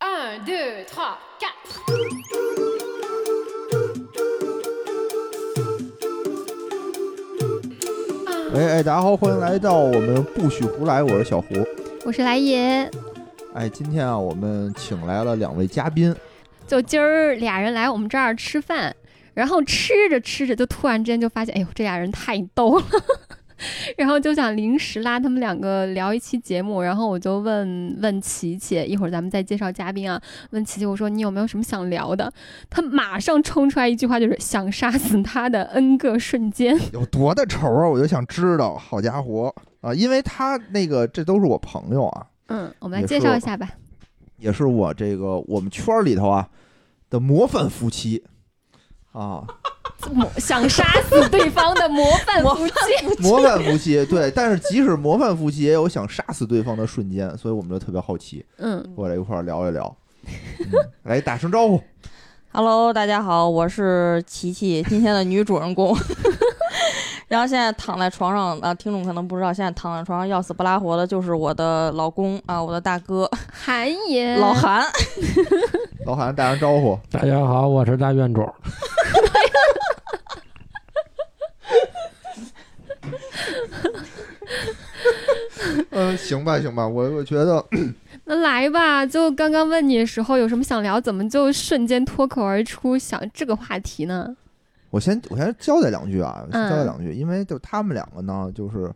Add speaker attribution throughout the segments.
Speaker 1: 1, 2, 3, 4. ”
Speaker 2: 哎哎，大家好，欢迎来到我们不许胡来，我是小胡。
Speaker 3: 我是来也。
Speaker 2: 哎，今天啊，我们请来了两位嘉宾，
Speaker 3: 就今儿俩人来我们这儿吃饭，然后吃着吃着就突然之间就发现，哎呦，这俩人太逗了，然后就想临时拉他们两个聊一期节目。然后我就问问琪琪，一会儿咱们再介绍嘉宾啊。问琪琪，我说你有没有什么想聊的？他马上冲出来一句话，就是想杀死他的 n 个瞬间。
Speaker 2: 有多大仇啊？我就想知道，好家伙啊！因为他那个，这都是我朋友啊，
Speaker 3: 嗯，我们来
Speaker 2: 也
Speaker 3: 介
Speaker 2: 是
Speaker 3: 绍
Speaker 2: 我
Speaker 3: 一下吧。
Speaker 2: 也是我这个我们圈儿里头啊的模范夫妻啊，
Speaker 3: 模想杀死对方的模范夫妻。
Speaker 2: 模范夫妻。对，但是即使模范夫妻，也有想杀死对方的瞬间，所以我们就特别好奇，
Speaker 3: 嗯，
Speaker 2: 过来一块儿聊一 聊。嗯来打声招呼，
Speaker 4: Hello，大家好，我是琪琪，今天的女主人 公。然后现在躺在床上啊，听众可能不知道，现在躺在床上要死不拉活的就是我的老公啊，我的大哥
Speaker 3: 韩爷，
Speaker 4: 老韩。
Speaker 2: 老韩打声招呼。
Speaker 5: 大家好，我是大院主。
Speaker 2: 嗯，行吧，行吧，我我觉得
Speaker 3: 那来吧，就刚刚问你的时候有什么想聊，怎么就瞬间脱口而出想这个话题呢？
Speaker 2: 我先我先交代两句啊，我先
Speaker 3: 嗯
Speaker 2: 交代两句，因为就他们两个呢，就是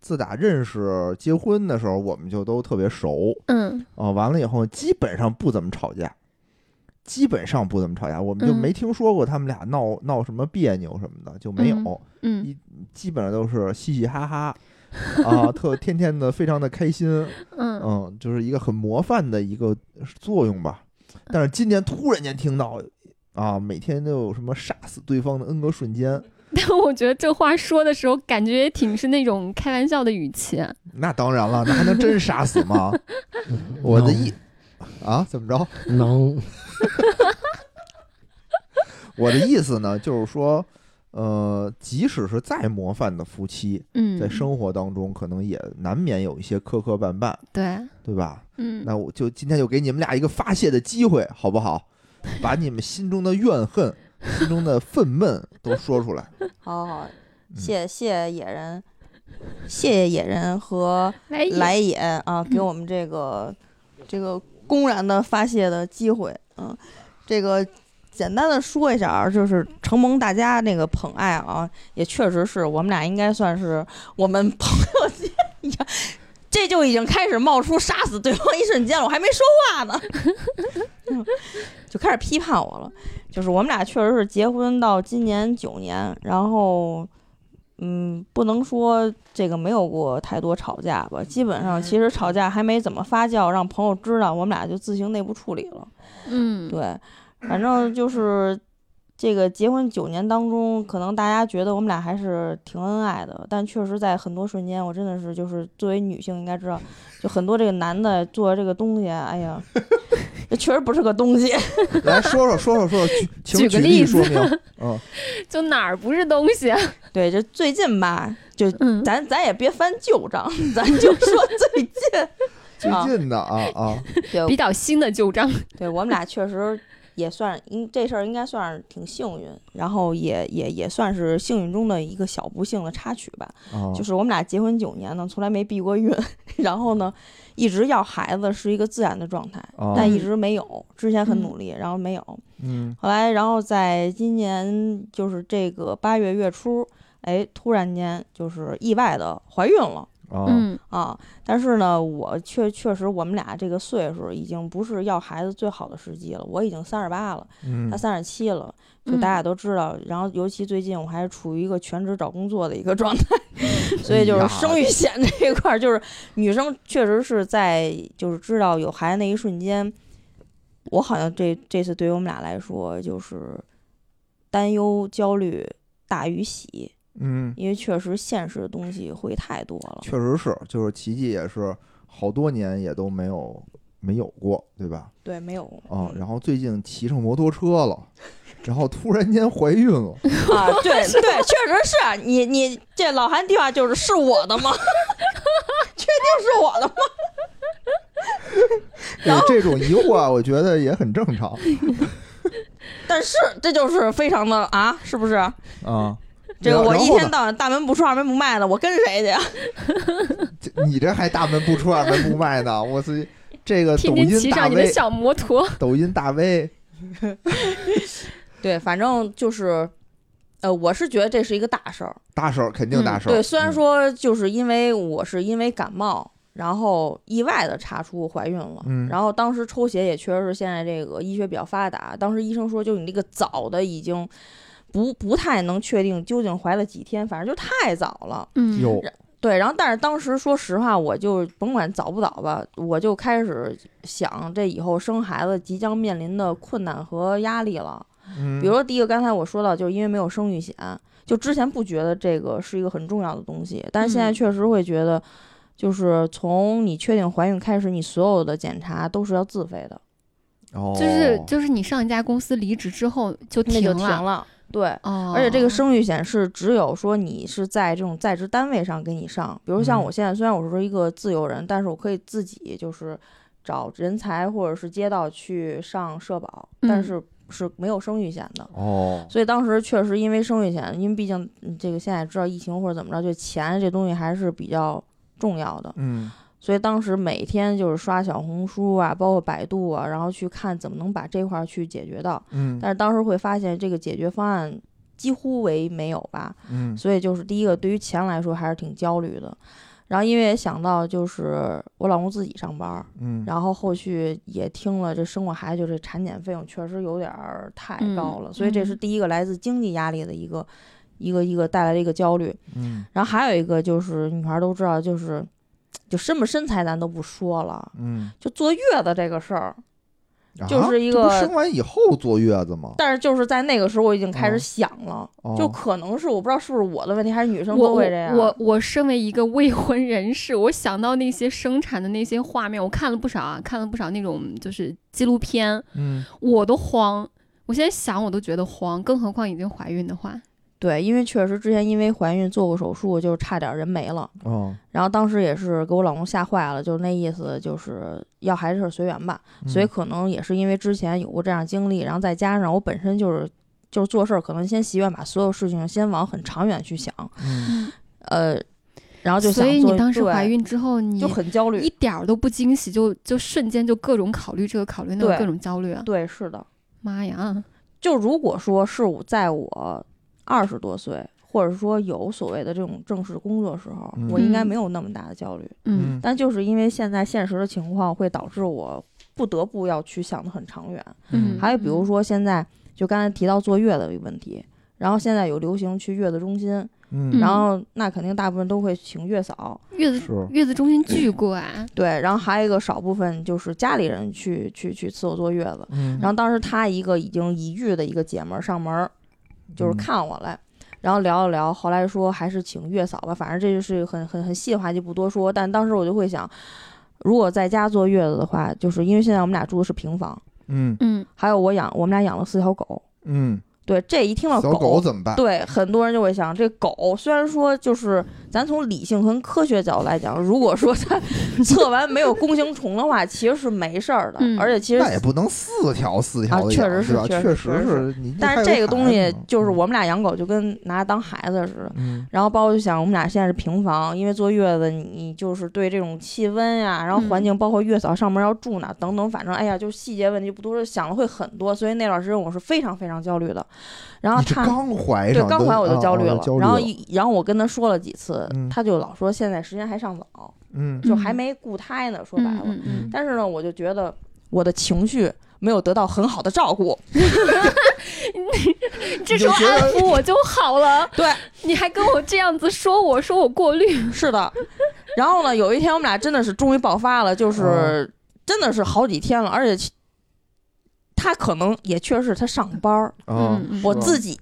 Speaker 2: 自打认识结婚的时候，我们就都特别熟
Speaker 3: 嗯，
Speaker 2: 啊、完了以后，基本上不怎么吵架，基本上不怎么吵架，我们就
Speaker 3: 嗯
Speaker 2: 没听说过他们俩闹、闹什么别扭什么的，就没有，
Speaker 3: 嗯
Speaker 2: 基本上都是嘻嘻哈 哈啊，特天天的非常的开心，
Speaker 3: 嗯，
Speaker 2: 嗯，就是一个很模范的一个作用吧。
Speaker 3: 嗯
Speaker 2: 但是今年突然间听到啊，每天都有什么杀死对方的 n 个瞬间。
Speaker 3: 但我觉得这话说的时候，感觉也挺是那种开玩笑的语气。
Speaker 2: 那当然了，那还能真杀死吗？我的意啊，怎么着？
Speaker 5: 能
Speaker 2: 我的意思呢，就是说，呃，即使是再模范的夫妻，
Speaker 3: 嗯，
Speaker 2: 在生活当中可能也难免有一些磕磕绊绊，
Speaker 3: 对，
Speaker 2: 对吧？
Speaker 3: 嗯，
Speaker 2: 那我就今天就给你们俩一个发泄的机会，好不好？把你们心中的怨恨、心中的愤懑都说出来。
Speaker 4: 好好，谢谢野人，谢谢野人和
Speaker 3: 来也
Speaker 4: 来也啊，给我们这个这个公然的发泄的机会。嗯，这个简单的说一下啊，就是承蒙大家那个捧爱啊，也确实是我们俩应该算是我们朋友间一样。这就已经开始冒出杀死对方一瞬间了，我还没说话呢，嗯就开始批判我了。就是我们俩确实是结婚到今年九年，然后，嗯，不能说这个没有过太多吵架吧，基本上其实吵架还没怎么发酵，让朋友知道，我们俩就自行内部处理了。
Speaker 3: 嗯，
Speaker 4: 对，反正就是这个结婚九年当中，可能大家觉得我们俩还是挺恩爱的，但确实在很多瞬间，我真的是就是作为女性应该知道，就很多这个男的做这个东西，哎呀，这确实不是个东西。
Speaker 2: 来说说说说说，举请
Speaker 3: 举个
Speaker 2: 举例
Speaker 3: 例
Speaker 2: 说
Speaker 3: 子
Speaker 2: 明。嗯，
Speaker 3: 就哪儿不是东西？啊
Speaker 4: 对，这最近吧，就
Speaker 3: 嗯，
Speaker 4: 咱咱也别翻旧账，咱就说最近
Speaker 2: 最
Speaker 4: 啊
Speaker 2: 近的啊啊，
Speaker 4: 对
Speaker 3: 比较新的旧账。
Speaker 4: 对我们俩确实也算，应这事儿应该算是挺幸运，然后也也也算是幸运中的一个小不幸的插曲吧。
Speaker 2: 啊
Speaker 4: 就是我们俩结婚九年呢，从来没避过孕， 然后呢，一直要孩子是一个自然的状态，
Speaker 2: 哦
Speaker 4: 但一直没有，之前很
Speaker 3: 嗯
Speaker 4: 努力，然后没有，
Speaker 2: 嗯
Speaker 4: 后来然后在今年就是这个八月月初，哎，突然间就是意外的怀孕了。
Speaker 2: 啊
Speaker 3: 嗯
Speaker 4: 啊，但是呢，我确确实我们俩这个岁数已经不是要孩子最好的时机了。我已经三十八了，
Speaker 2: 嗯
Speaker 4: 他三十七了，就大家都知道。然后尤其最近我还是处于一个全职找工作的一个状态， 所以就
Speaker 2: 哎呀
Speaker 4: 是生育险这一块儿，就是女生确实是在就是知道有孩子那一瞬间，我好像这这次对于我们俩来说就是担忧焦虑大于喜，
Speaker 2: 嗯，
Speaker 4: 因为确实现实的东西会太多了。
Speaker 2: 确实是，就是奇迹也是好多年也都没有没有过，对吧？
Speaker 4: 对，没有
Speaker 2: 啊，
Speaker 4: 嗯
Speaker 2: 然后最近骑上摩托车了，然后突然间怀孕了，
Speaker 4: 啊，对对，确实是啊你你这老 韩地方就是是我的吗？确定是我的吗？
Speaker 2: 有这种疑惑啊，我觉得也很正常
Speaker 4: 但是这就是非常的啊，是不是？
Speaker 2: 啊。
Speaker 4: 这个
Speaker 2: 然
Speaker 4: 我
Speaker 2: 然
Speaker 4: 一
Speaker 2: 后
Speaker 4: 天
Speaker 2: 呢
Speaker 4: 到晚大门不出二门不迈的，我跟谁去啊？
Speaker 2: 这你这还大门不出二门不迈呢，我是这个抖
Speaker 3: 天天
Speaker 2: 音
Speaker 3: 骑
Speaker 2: 大
Speaker 3: 上你的
Speaker 2: V，
Speaker 3: 小摩托，
Speaker 2: 抖音大 V
Speaker 4: 对，反正就是，呃，我是觉得这是一个大事儿。
Speaker 2: 大手肯定大手。
Speaker 4: 对，虽然
Speaker 2: 嗯
Speaker 4: 说就是因为我是因为感冒，然后意外的查出怀孕了，
Speaker 2: 嗯
Speaker 4: 然后当时抽血也确实是现在这个医学比较发达，当时医生说就你这个早的已经不不太能确定究竟怀了几天，反正就太早了。
Speaker 3: 嗯，
Speaker 2: 有
Speaker 4: 对，然后但是当时说实话，我就甭管早不早吧，我就开始想这以后生孩子即将面临的困难和压力了。
Speaker 2: 嗯
Speaker 4: 比如说第一个，刚才我说到，就是因为没有生育险，就之前不觉得这个是一个很重要的东西，但是现在
Speaker 3: 嗯
Speaker 4: 确实会觉得，就是从你确定怀孕开始，你所有的检查都是要自费的，
Speaker 2: 哦
Speaker 3: 就是就是你上一家公司离职之后就
Speaker 4: 那
Speaker 3: 停
Speaker 4: 就
Speaker 3: 了，
Speaker 4: 停了。对，
Speaker 3: 哦，
Speaker 4: 而且这个生育险是只有说你是在这种在职单位上给你上，比如像
Speaker 2: 嗯
Speaker 4: 我现在虽然我是说一个自由人，但是我可以自己就是找人才或者是街道去上社保，但
Speaker 3: 嗯
Speaker 4: 是是没有生育险的。
Speaker 2: 哦，
Speaker 4: 所以当时确实因为生育险，因为毕竟嗯这个现在知道疫情或者怎么着，就钱这东西还是比较重要的。
Speaker 2: 嗯
Speaker 4: 所以当时每天就是刷小红书啊，包括百度啊，然后去看怎么能把这块儿去解决到。
Speaker 2: 嗯
Speaker 4: 但是当时会发现这个解决方案几乎为没有吧，
Speaker 2: 嗯
Speaker 4: 所以就是第一个，对于钱来说还是挺焦虑的。然后因为也想到就是我老公自己上班儿，
Speaker 2: 嗯，
Speaker 4: 然后后续也听了，这生过孩子就这产检费用确实有点儿太
Speaker 3: 嗯
Speaker 4: 高了，所以这是
Speaker 3: 嗯
Speaker 4: 第一个来自经济压力的一个、一个一个带来的一个焦虑。
Speaker 2: 嗯
Speaker 4: 然后还有一个就是女孩儿都知道，就是就身不身材咱都不说了，
Speaker 2: 嗯，
Speaker 4: 就坐月子这个事儿，就
Speaker 2: 啊
Speaker 4: 是一
Speaker 2: 这不
Speaker 4: 个
Speaker 2: 生完以后坐月子吗？
Speaker 4: 但是就是在那个时候我已经开
Speaker 2: 哦
Speaker 4: 始想了，就
Speaker 2: 哦
Speaker 4: 可能是我不知道是不是我的问题，还是女生
Speaker 3: 我
Speaker 4: 都
Speaker 3: 我
Speaker 4: 会这样。
Speaker 3: 我我身为一个未婚人士，我想到那些生产的那些画面，我看了不少啊，看了不少那种就是纪录片，
Speaker 2: 嗯
Speaker 3: 我都慌。我现在想我都觉得慌，更何况已经怀孕的话，
Speaker 4: 对，因为确实之前因为怀孕做过手术，就是差点儿人没了。
Speaker 2: 哦，
Speaker 4: 然后当时也是给我老公吓坏了，就是那意思，就是要还是随缘吧。
Speaker 2: 嗯
Speaker 4: 所以可能也是因为之前有过这样经历，然后再加上我本身就是就是做事儿，可能先习惯把所有事情先往很长远去想，
Speaker 2: 嗯
Speaker 4: 呃，然后就想
Speaker 3: 所以
Speaker 4: 做
Speaker 3: 你当时
Speaker 4: 对
Speaker 3: 怀孕之后，你
Speaker 4: 就很焦
Speaker 3: 一
Speaker 4: 虑。
Speaker 3: 点儿都不惊喜，就就瞬间就各种考虑这个考虑那个，
Speaker 4: 对
Speaker 3: 各种焦虑啊！
Speaker 4: 对，是的，
Speaker 3: 妈呀，
Speaker 4: 就如果说是我在我二十多岁，或者说有所谓的这种正式工作时候，
Speaker 2: 嗯
Speaker 4: 我应该没有那么大的焦虑。
Speaker 3: 嗯，
Speaker 4: 但就是因为现在现实的情况，会导致我不得不要去想得很长远。
Speaker 3: 嗯
Speaker 4: 还有比如说现在就刚才提到坐月子的问题，然后现在有流行去月子中心，
Speaker 2: 嗯
Speaker 4: 然后那肯定大部分都会请月嫂，
Speaker 3: 月子
Speaker 2: 是
Speaker 3: 月子中心巨贵 啊，
Speaker 4: 对，然后还有一个少部分就是家里人去去去伺候坐月子。
Speaker 2: 嗯
Speaker 4: 然后当时她一个已经已育的一个姐们儿上门儿，就是
Speaker 2: 嗯
Speaker 4: 看我来。然后聊了聊，后来说还是请月嫂吧，反正这就是很很很细的话就不多说。但当时我就会想，如果在家坐月子的话，就是因为现在我们俩住的是平房，
Speaker 2: 嗯
Speaker 3: 嗯，
Speaker 4: 还有我养我们俩养了四条狗。
Speaker 2: 嗯，
Speaker 4: 对，这一听到
Speaker 2: 小狗怎么办？
Speaker 4: 对，很多人就会想，这狗虽然说就是咱从理性和科学角度来讲，如果说它 测完没有弓形虫的话，其实是没事儿的，
Speaker 3: 嗯
Speaker 4: 而且其实
Speaker 2: 那。也不能四条四条
Speaker 4: 啊
Speaker 2: 的
Speaker 4: 确
Speaker 2: 养，
Speaker 4: 实是
Speaker 2: 对吧？确
Speaker 4: 确实
Speaker 2: 实
Speaker 4: 是
Speaker 2: 是你，还
Speaker 4: 但是
Speaker 2: 有
Speaker 4: 这个东西
Speaker 2: 孩子呢
Speaker 4: 就是，我们俩养狗就跟拿它当孩子似的，
Speaker 2: 嗯
Speaker 4: 然后包括就想我们俩现在是平房，因为坐月子你就是对这种气温呀、然后环境包括月嫂上门要住哪等等，反正哎呀就细节问题不多，想的会很多，所以那段时间我是非常非常焦虑的。然后
Speaker 2: 你这
Speaker 4: 他
Speaker 2: 刚怀
Speaker 4: 对
Speaker 2: 上，
Speaker 4: 刚
Speaker 2: 你都
Speaker 4: 怀我就
Speaker 2: 啊
Speaker 4: 焦虑
Speaker 2: 啊
Speaker 4: 了，
Speaker 2: 焦虑
Speaker 4: 然后
Speaker 2: 了
Speaker 4: 一然后我跟他说了几次，
Speaker 2: 嗯
Speaker 4: 他就老说现在时间还尚早，
Speaker 2: 嗯
Speaker 4: 就还
Speaker 3: 嗯
Speaker 4: 没顾胎呢，说白了。
Speaker 3: 嗯嗯嗯，
Speaker 4: 但是呢，我就觉得我的情绪没有得到很好的照顾，嗯
Speaker 3: 这时候安抚我就好了。
Speaker 4: 对，
Speaker 3: 你还跟我这样子说我，说我过滤，
Speaker 4: 是的。然后呢，有一天我们俩真的是终于爆发了，
Speaker 3: 嗯
Speaker 4: 就是真的是好几天了，而且其。他可能也确实他上班儿，
Speaker 2: 啊
Speaker 3: 嗯嗯，
Speaker 4: 我
Speaker 2: 是
Speaker 4: 自己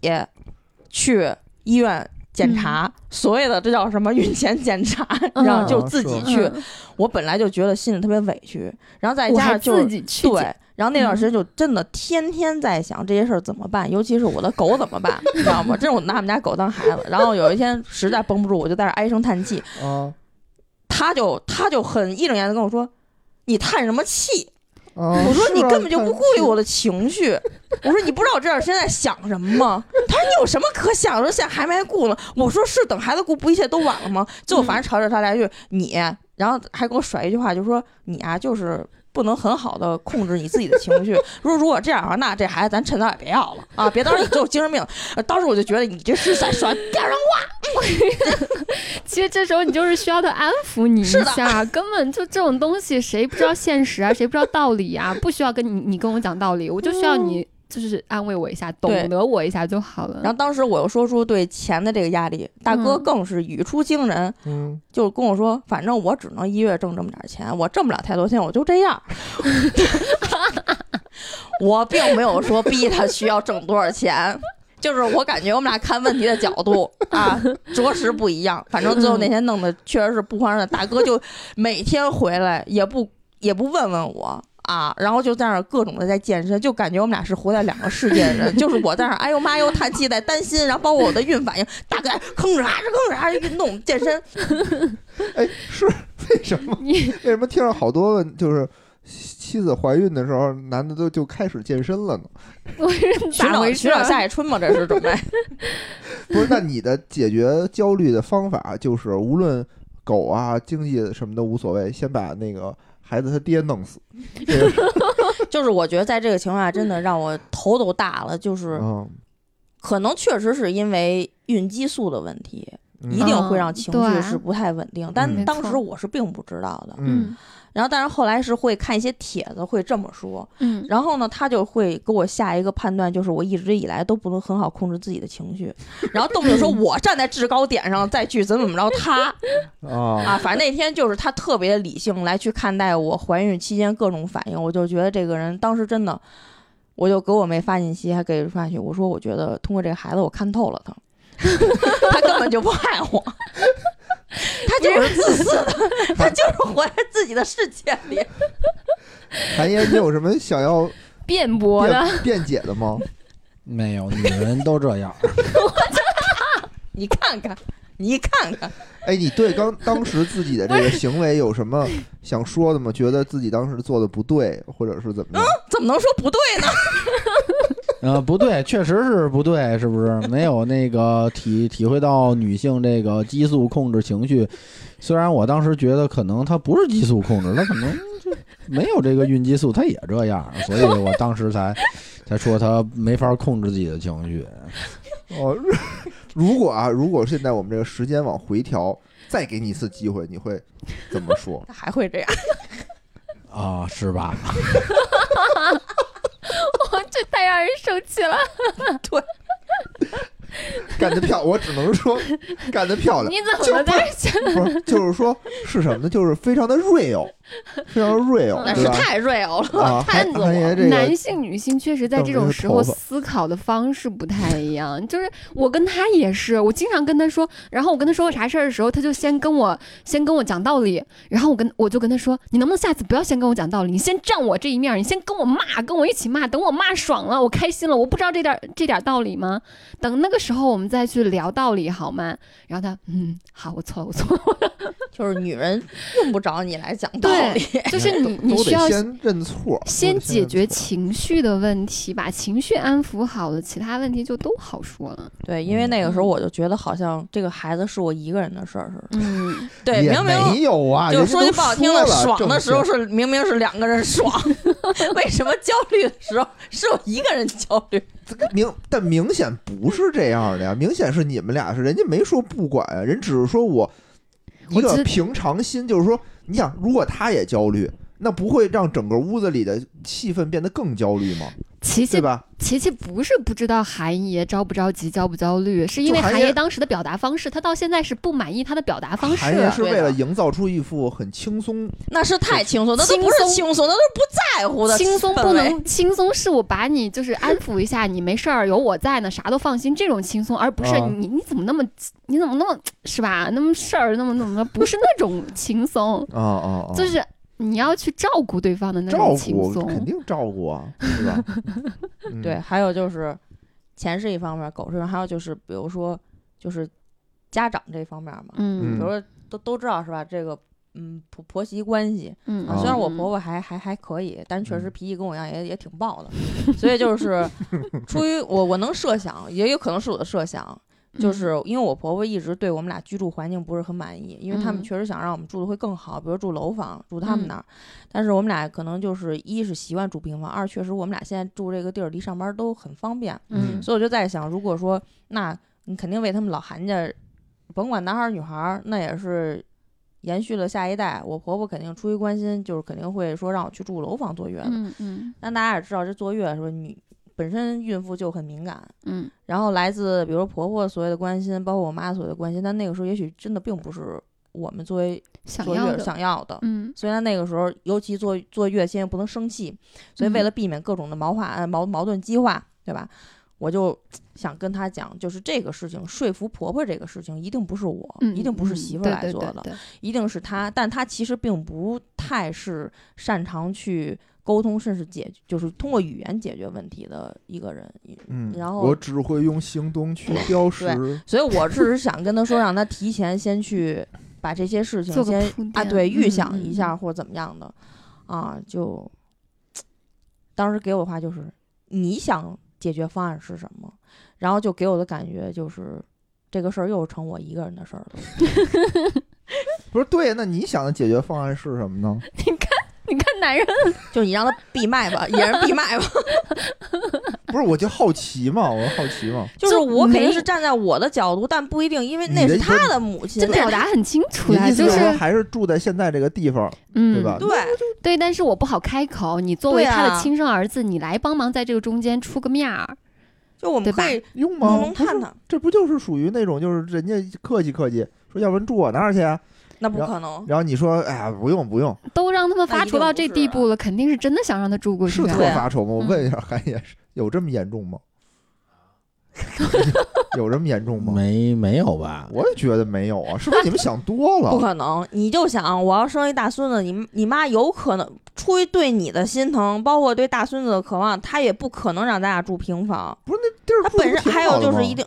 Speaker 4: 去医院检查，所谓的这叫什么孕前检查，
Speaker 3: 嗯
Speaker 4: 然后就
Speaker 2: 啊
Speaker 4: 自
Speaker 2: 是
Speaker 4: 己
Speaker 2: 吧
Speaker 4: 去，
Speaker 3: 嗯
Speaker 4: 我本来就觉得心里特别委屈，然后再
Speaker 3: 我
Speaker 4: 加
Speaker 3: 还
Speaker 4: 上就是
Speaker 3: 自己去
Speaker 4: 对
Speaker 3: 检，嗯
Speaker 4: 然后那段时间就真的天天在想这些事儿怎么办，尤其是我的狗怎么办，你知道吗？真是我拿我们家狗当孩子。然后有一天实在绷不住，我就在那唉声叹气，
Speaker 2: 啊，
Speaker 4: 他就他就很义正言辞地跟我说：“你叹什么气？
Speaker 2: 啊
Speaker 4: 我说
Speaker 2: 是
Speaker 4: 你
Speaker 2: 啊
Speaker 4: 根本就不
Speaker 2: 看
Speaker 4: 顾虑我的情绪，我说你不知道我这两天在想什么吗？他说你有什么可想的？我说现在还没顾了。我说是等孩子顾不一切都晚了吗？最后反正吵吵他来一句你，然后还给我甩一句话，就说你啊就是。不能很好的控制你自己的情绪。 如果如果这样的话，那这孩子咱趁早也别要了啊！别到时候你就有精神病。 呃当时我就觉得你这是在耍吊人
Speaker 3: 其实这时候你就是需要他安抚你一
Speaker 4: 是的
Speaker 3: 下，根本就这种东西，谁不知道现实啊，谁不知道道理啊？不需要跟你你跟我讲道理，我就需要你就是安慰我一下，懂得我一下就好了。
Speaker 4: 嗯然后当时我又说出对钱的这个压力，大哥
Speaker 3: 嗯
Speaker 4: 更是语出惊人，
Speaker 2: 嗯，
Speaker 4: 就跟我说，反正我只能一月挣这么点儿钱，我挣不了太多钱，我就这样。 我并没有说逼他需要挣多少钱，就是我感觉我们俩看问题的角度啊，着实不一样。反正最后那天弄的确实是不欢而散。大哥就每天回来也不也不问问我。啊，然后就在那儿各种的在健身，就感觉我们俩是活在两个世界的人。就是我在那儿哎呦妈呦叹气，在担心，然后包括我的孕反应，大概吭哧哈哧吭哧哈哧运动健身，
Speaker 2: 哎，是为什么？
Speaker 3: 你
Speaker 2: 为什么听着好多个就是妻子怀孕的时候，男的都就开始健身了呢？
Speaker 3: 我是
Speaker 4: 寻
Speaker 3: 咋
Speaker 4: 找
Speaker 3: 回事
Speaker 4: 寻找
Speaker 3: 啊？
Speaker 4: 下一春嘛，这是准备。
Speaker 2: 不是，那你的解决焦虑的方法就是，无论狗啊、经济什么的无所谓，先把那个孩子他爹弄 死。这个是
Speaker 4: 就是我觉得在这个情况下，真的让我头都大了。就是
Speaker 2: 嗯，
Speaker 4: 可能确实是因为孕激素的问题，一
Speaker 2: 嗯
Speaker 4: 定会让情绪
Speaker 3: 对啊
Speaker 4: 是不太稳定。
Speaker 2: 没
Speaker 4: 但当
Speaker 3: 错
Speaker 4: 时我是并不知道的。
Speaker 2: 嗯，
Speaker 4: 然后，但是后来是会看一些帖子，会这么说。
Speaker 3: 嗯，
Speaker 4: 然后呢，他就会给我下一个判断，就是我一直以来都不能很好控制自己的情绪，然后动不 动说我站在制高点上再去怎么怎么着他。
Speaker 2: 啊，
Speaker 4: 啊，反正那天就是他特别理性来去看待我怀孕期间各种反应，我就觉得这个人当时真的，我就给我妹发信息，还给发去，我说我觉得通过这个孩子我看透了他，他根本就不爱我，他就是自 私的，他就是活在自己的世界里。
Speaker 2: 韩爷，你有什么想 要
Speaker 3: 辩驳 的，
Speaker 2: 辩辩解的吗？
Speaker 5: 没有，女人都这样。
Speaker 4: 你看看，你看看，
Speaker 2: 哎，你对刚当时自己的这个行为有什么想说的吗？觉得自己当时做的不对，或者是怎么样？
Speaker 4: 怎么能说不对呢？
Speaker 5: 呃，不对，确实是不对，是不是？没有那个体体会到女性这个激素控制情绪。虽然我当时觉得可能她不是激素控制，她可能就没有这个孕激素，她也这样，所以我当时才 才说她没法控制自己的情绪。
Speaker 2: 哦， 如果啊，如果现在我们这个时间往回调，再给你一次机会，你会怎么说？
Speaker 4: 他还会这样，
Speaker 5: 啊、是吧？
Speaker 3: 这太让人生气 了。
Speaker 2: 干得漂，我只能 说干得漂亮。
Speaker 3: 你怎么在这儿
Speaker 2: 不是，就是说是什么呢？就是非常的 real，非常的 real，
Speaker 4: 那
Speaker 2: 对
Speaker 4: 是
Speaker 2: 吧？
Speaker 4: 太 real 了。
Speaker 2: 啊，
Speaker 4: 探
Speaker 2: 韩
Speaker 4: 子
Speaker 2: 韩
Speaker 4: 我
Speaker 2: 爷这
Speaker 3: 男
Speaker 2: 个
Speaker 3: 性、女性确实在这种时候思考的方式不太一样。就是我跟他也是，我经常跟他说，然后我跟他说个啥事儿的时候，他就先跟我先跟我讲道理，然后我跟我就跟他说，你能不能下次不要先跟我讲道理，你先站我这一面儿，你先跟我骂，跟我一起骂，等我骂爽了，我开心了，我不知道这点儿这点儿道理吗？等那个时候我们再去聊道理好吗？然后他嗯，好，我错了，我错 了，
Speaker 4: 就是女人用不着你来讲道
Speaker 3: 对
Speaker 4: 理，
Speaker 3: 就是你你
Speaker 2: 都
Speaker 3: 需要
Speaker 2: 得先认错，
Speaker 3: 先
Speaker 2: 都得
Speaker 3: 解决
Speaker 2: 认错
Speaker 3: 情绪的问题，把情绪安抚好了，其他问题就都好说了。
Speaker 4: 对，因为那个时候我就觉得好像这个孩子是我一个人的事儿似的。
Speaker 3: 嗯，
Speaker 4: 对，
Speaker 2: 也
Speaker 4: 明明
Speaker 2: 没有啊，
Speaker 4: 就
Speaker 2: 人
Speaker 4: 是
Speaker 2: 家
Speaker 4: 说
Speaker 2: 都
Speaker 4: 句不好听的，
Speaker 2: 了
Speaker 4: 爽的
Speaker 2: 正
Speaker 4: 时候
Speaker 2: 经
Speaker 4: 是明明是两个 人爽，为什么焦虑的时候是我一个人焦虑？
Speaker 2: 这个明，但明显不是这样的呀，明显是你们俩是人家没说不管啊，人只是说我一
Speaker 3: 我知
Speaker 2: 个平常心，就是说，你想，如果他也焦虑，那不会让整个屋子里的气氛变得更焦虑吗？
Speaker 3: 琪
Speaker 2: 对
Speaker 3: 琪
Speaker 2: 吧？
Speaker 3: 琪琪不是不知道韩爷着不着急、焦不焦虑，是因为
Speaker 2: 就韩
Speaker 3: 韩爷
Speaker 2: 爷
Speaker 3: 当时的表达方式，他到现在是不满意他的表达方式啊
Speaker 2: 韩。爷是
Speaker 4: 对
Speaker 2: 为了
Speaker 4: 的
Speaker 2: 营造出一副很轻松，
Speaker 4: 那是太轻松，那都不是
Speaker 3: 轻松
Speaker 4: 轻松，那都是不在乎的
Speaker 3: 轻松
Speaker 4: 氛
Speaker 3: 不
Speaker 4: 围
Speaker 3: 能轻松，是我把你就是安抚一下，你没事儿，有我在呢，啥都放心。这种轻松，而不是
Speaker 2: 啊
Speaker 3: 你你怎么那么你怎么那么是吧？那么事儿那么那么，不是那种轻松，
Speaker 2: 啊啊啊！
Speaker 3: 就是你要去照顾对方的那
Speaker 2: 照
Speaker 3: 种轻
Speaker 2: 顾
Speaker 3: 松。
Speaker 2: 肯定照顾啊，对 吧？嗯
Speaker 4: 对，，还有就是钱是一方面，狗是一方面，还有就是比如说就是家长这方面嘛，
Speaker 3: 嗯
Speaker 4: 比如说都都知道是吧？这个嗯婆婆媳关系。
Speaker 3: 嗯
Speaker 4: 啊
Speaker 5: 哦
Speaker 4: 虽然我
Speaker 3: 嗯
Speaker 4: 婆婆还还还可以，但是确实
Speaker 5: 嗯
Speaker 4: 脾气跟我一样也也挺暴的，所 以就是出于我我能设想，也有可能是我的设想，就
Speaker 3: 嗯
Speaker 4: 是因为我婆婆一直对我们俩居住环境不是很满意，因为他
Speaker 3: 嗯
Speaker 4: 们确实想让我们住的会更好，比如住楼房，住他们
Speaker 3: 嗯
Speaker 4: 那儿。但是我们俩可能就是一是习惯住平房，二确实我们俩现在住这个地儿离上班都很方便，
Speaker 3: 嗯
Speaker 4: 所以我就在想，如果说那你肯定为他们老韩家，甭管男孩儿女孩儿，那也是延续了下一代。我婆婆肯定出于关心，就是肯定会说让我去住楼房坐月子。
Speaker 3: 嗯嗯
Speaker 4: 但大家也知道，这坐月说女本身孕妇就很敏感，
Speaker 3: 嗯
Speaker 4: 然后来自比如婆婆所谓的关心，包括我妈所谓的关心，但那个时候也许真的并不是我们作为
Speaker 3: 想
Speaker 4: 坐
Speaker 3: 要
Speaker 4: 月
Speaker 3: 的
Speaker 4: 想要的。
Speaker 3: 嗯
Speaker 4: 虽然那个时候，尤其坐坐月先不能生气，所以为
Speaker 3: 嗯
Speaker 4: 了避免各种的毛化呃矛矛盾激化，对吧？我就想跟她讲，就是这个事情，说服婆婆这个事情，一定不是我，
Speaker 3: 嗯
Speaker 4: 一定不是媳妇儿来做的，，
Speaker 3: 嗯嗯对对对对
Speaker 4: 一定是她。但她其实并不太是擅长去沟通，甚至解，就是通过语言解决问题的一个人。
Speaker 2: 嗯，
Speaker 4: 然后
Speaker 2: 我只会用行动 去标识。
Speaker 4: 所以我只是想跟她说，让她提前先去把这些事情
Speaker 3: 做个
Speaker 4: 先
Speaker 3: 铺
Speaker 4: 啊，
Speaker 3: 垫
Speaker 4: 对，预
Speaker 3: 嗯
Speaker 4: 想一
Speaker 3: 嗯
Speaker 4: 下或者怎么样的，啊，就当时给我的话就是你想解决方案是什么，然后就给我的感觉就是这个事儿又成我一个人的事儿了。
Speaker 2: 不是对，那你想的解决方案是什么呢？
Speaker 3: 你看男人
Speaker 4: 就是你让他闭麦吧，也是闭麦吧。
Speaker 2: 不是，我就好奇嘛，我好奇嘛。
Speaker 4: 就是
Speaker 3: 就
Speaker 4: 我肯定
Speaker 3: 没
Speaker 4: 是站在我的角度，但不一定，因为
Speaker 2: 你
Speaker 4: 那
Speaker 2: 的
Speaker 4: 是
Speaker 2: 意思
Speaker 4: 他的母亲
Speaker 3: 这，
Speaker 4: 那
Speaker 3: 表
Speaker 4: 是
Speaker 3: 达很清楚
Speaker 2: 你
Speaker 3: 呀，
Speaker 2: 意思
Speaker 3: 就
Speaker 2: 就是说
Speaker 3: 是
Speaker 2: 还是住在现在这个地方，
Speaker 3: 嗯，
Speaker 2: 对吧
Speaker 4: 对，
Speaker 3: 对，但是我不好开口。你作为
Speaker 4: 对
Speaker 3: 他
Speaker 4: 啊
Speaker 3: 的亲生儿子，你来帮忙在这个中间出个面儿。
Speaker 4: 就我们
Speaker 3: 对吧
Speaker 4: 可以
Speaker 2: 用
Speaker 4: 浓
Speaker 2: 吗？
Speaker 4: 浓
Speaker 2: 哦不是
Speaker 4: 探探，
Speaker 2: 这不就是属于那种，就是人家客气客气，说要不然住我那儿去啊？
Speaker 4: 那不
Speaker 2: 然
Speaker 4: 可能。
Speaker 2: 然后你说，哎呀，不用不用，
Speaker 3: 都让他们
Speaker 4: 那
Speaker 3: 发
Speaker 4: 一
Speaker 3: 愁
Speaker 4: 定
Speaker 3: 到
Speaker 4: 不
Speaker 3: 这
Speaker 4: 是
Speaker 3: 地
Speaker 4: 啊
Speaker 3: 步了，肯定是真的想让他住过去
Speaker 2: 是
Speaker 3: 啊。
Speaker 2: 特
Speaker 4: 对啊
Speaker 2: 发愁吗？我
Speaker 3: 嗯
Speaker 2: 问一下韩爷，有这么严重吗？有这么严重吗？
Speaker 5: 没没有吧？
Speaker 2: 我也觉得没有啊，是不是你们想多
Speaker 4: 不
Speaker 2: 了？
Speaker 4: 可能！你就想，我要生一大孙子，你你妈有可能出于对你的心疼，包括对大孙子的渴望，她也不可能让咱俩住平房。
Speaker 2: 不是那地儿
Speaker 4: 她
Speaker 2: 不
Speaker 4: 本
Speaker 2: 是
Speaker 4: 身
Speaker 2: 挺
Speaker 4: 还
Speaker 2: 好
Speaker 4: 有
Speaker 2: 的
Speaker 4: 就是
Speaker 2: 吗
Speaker 4: 一定，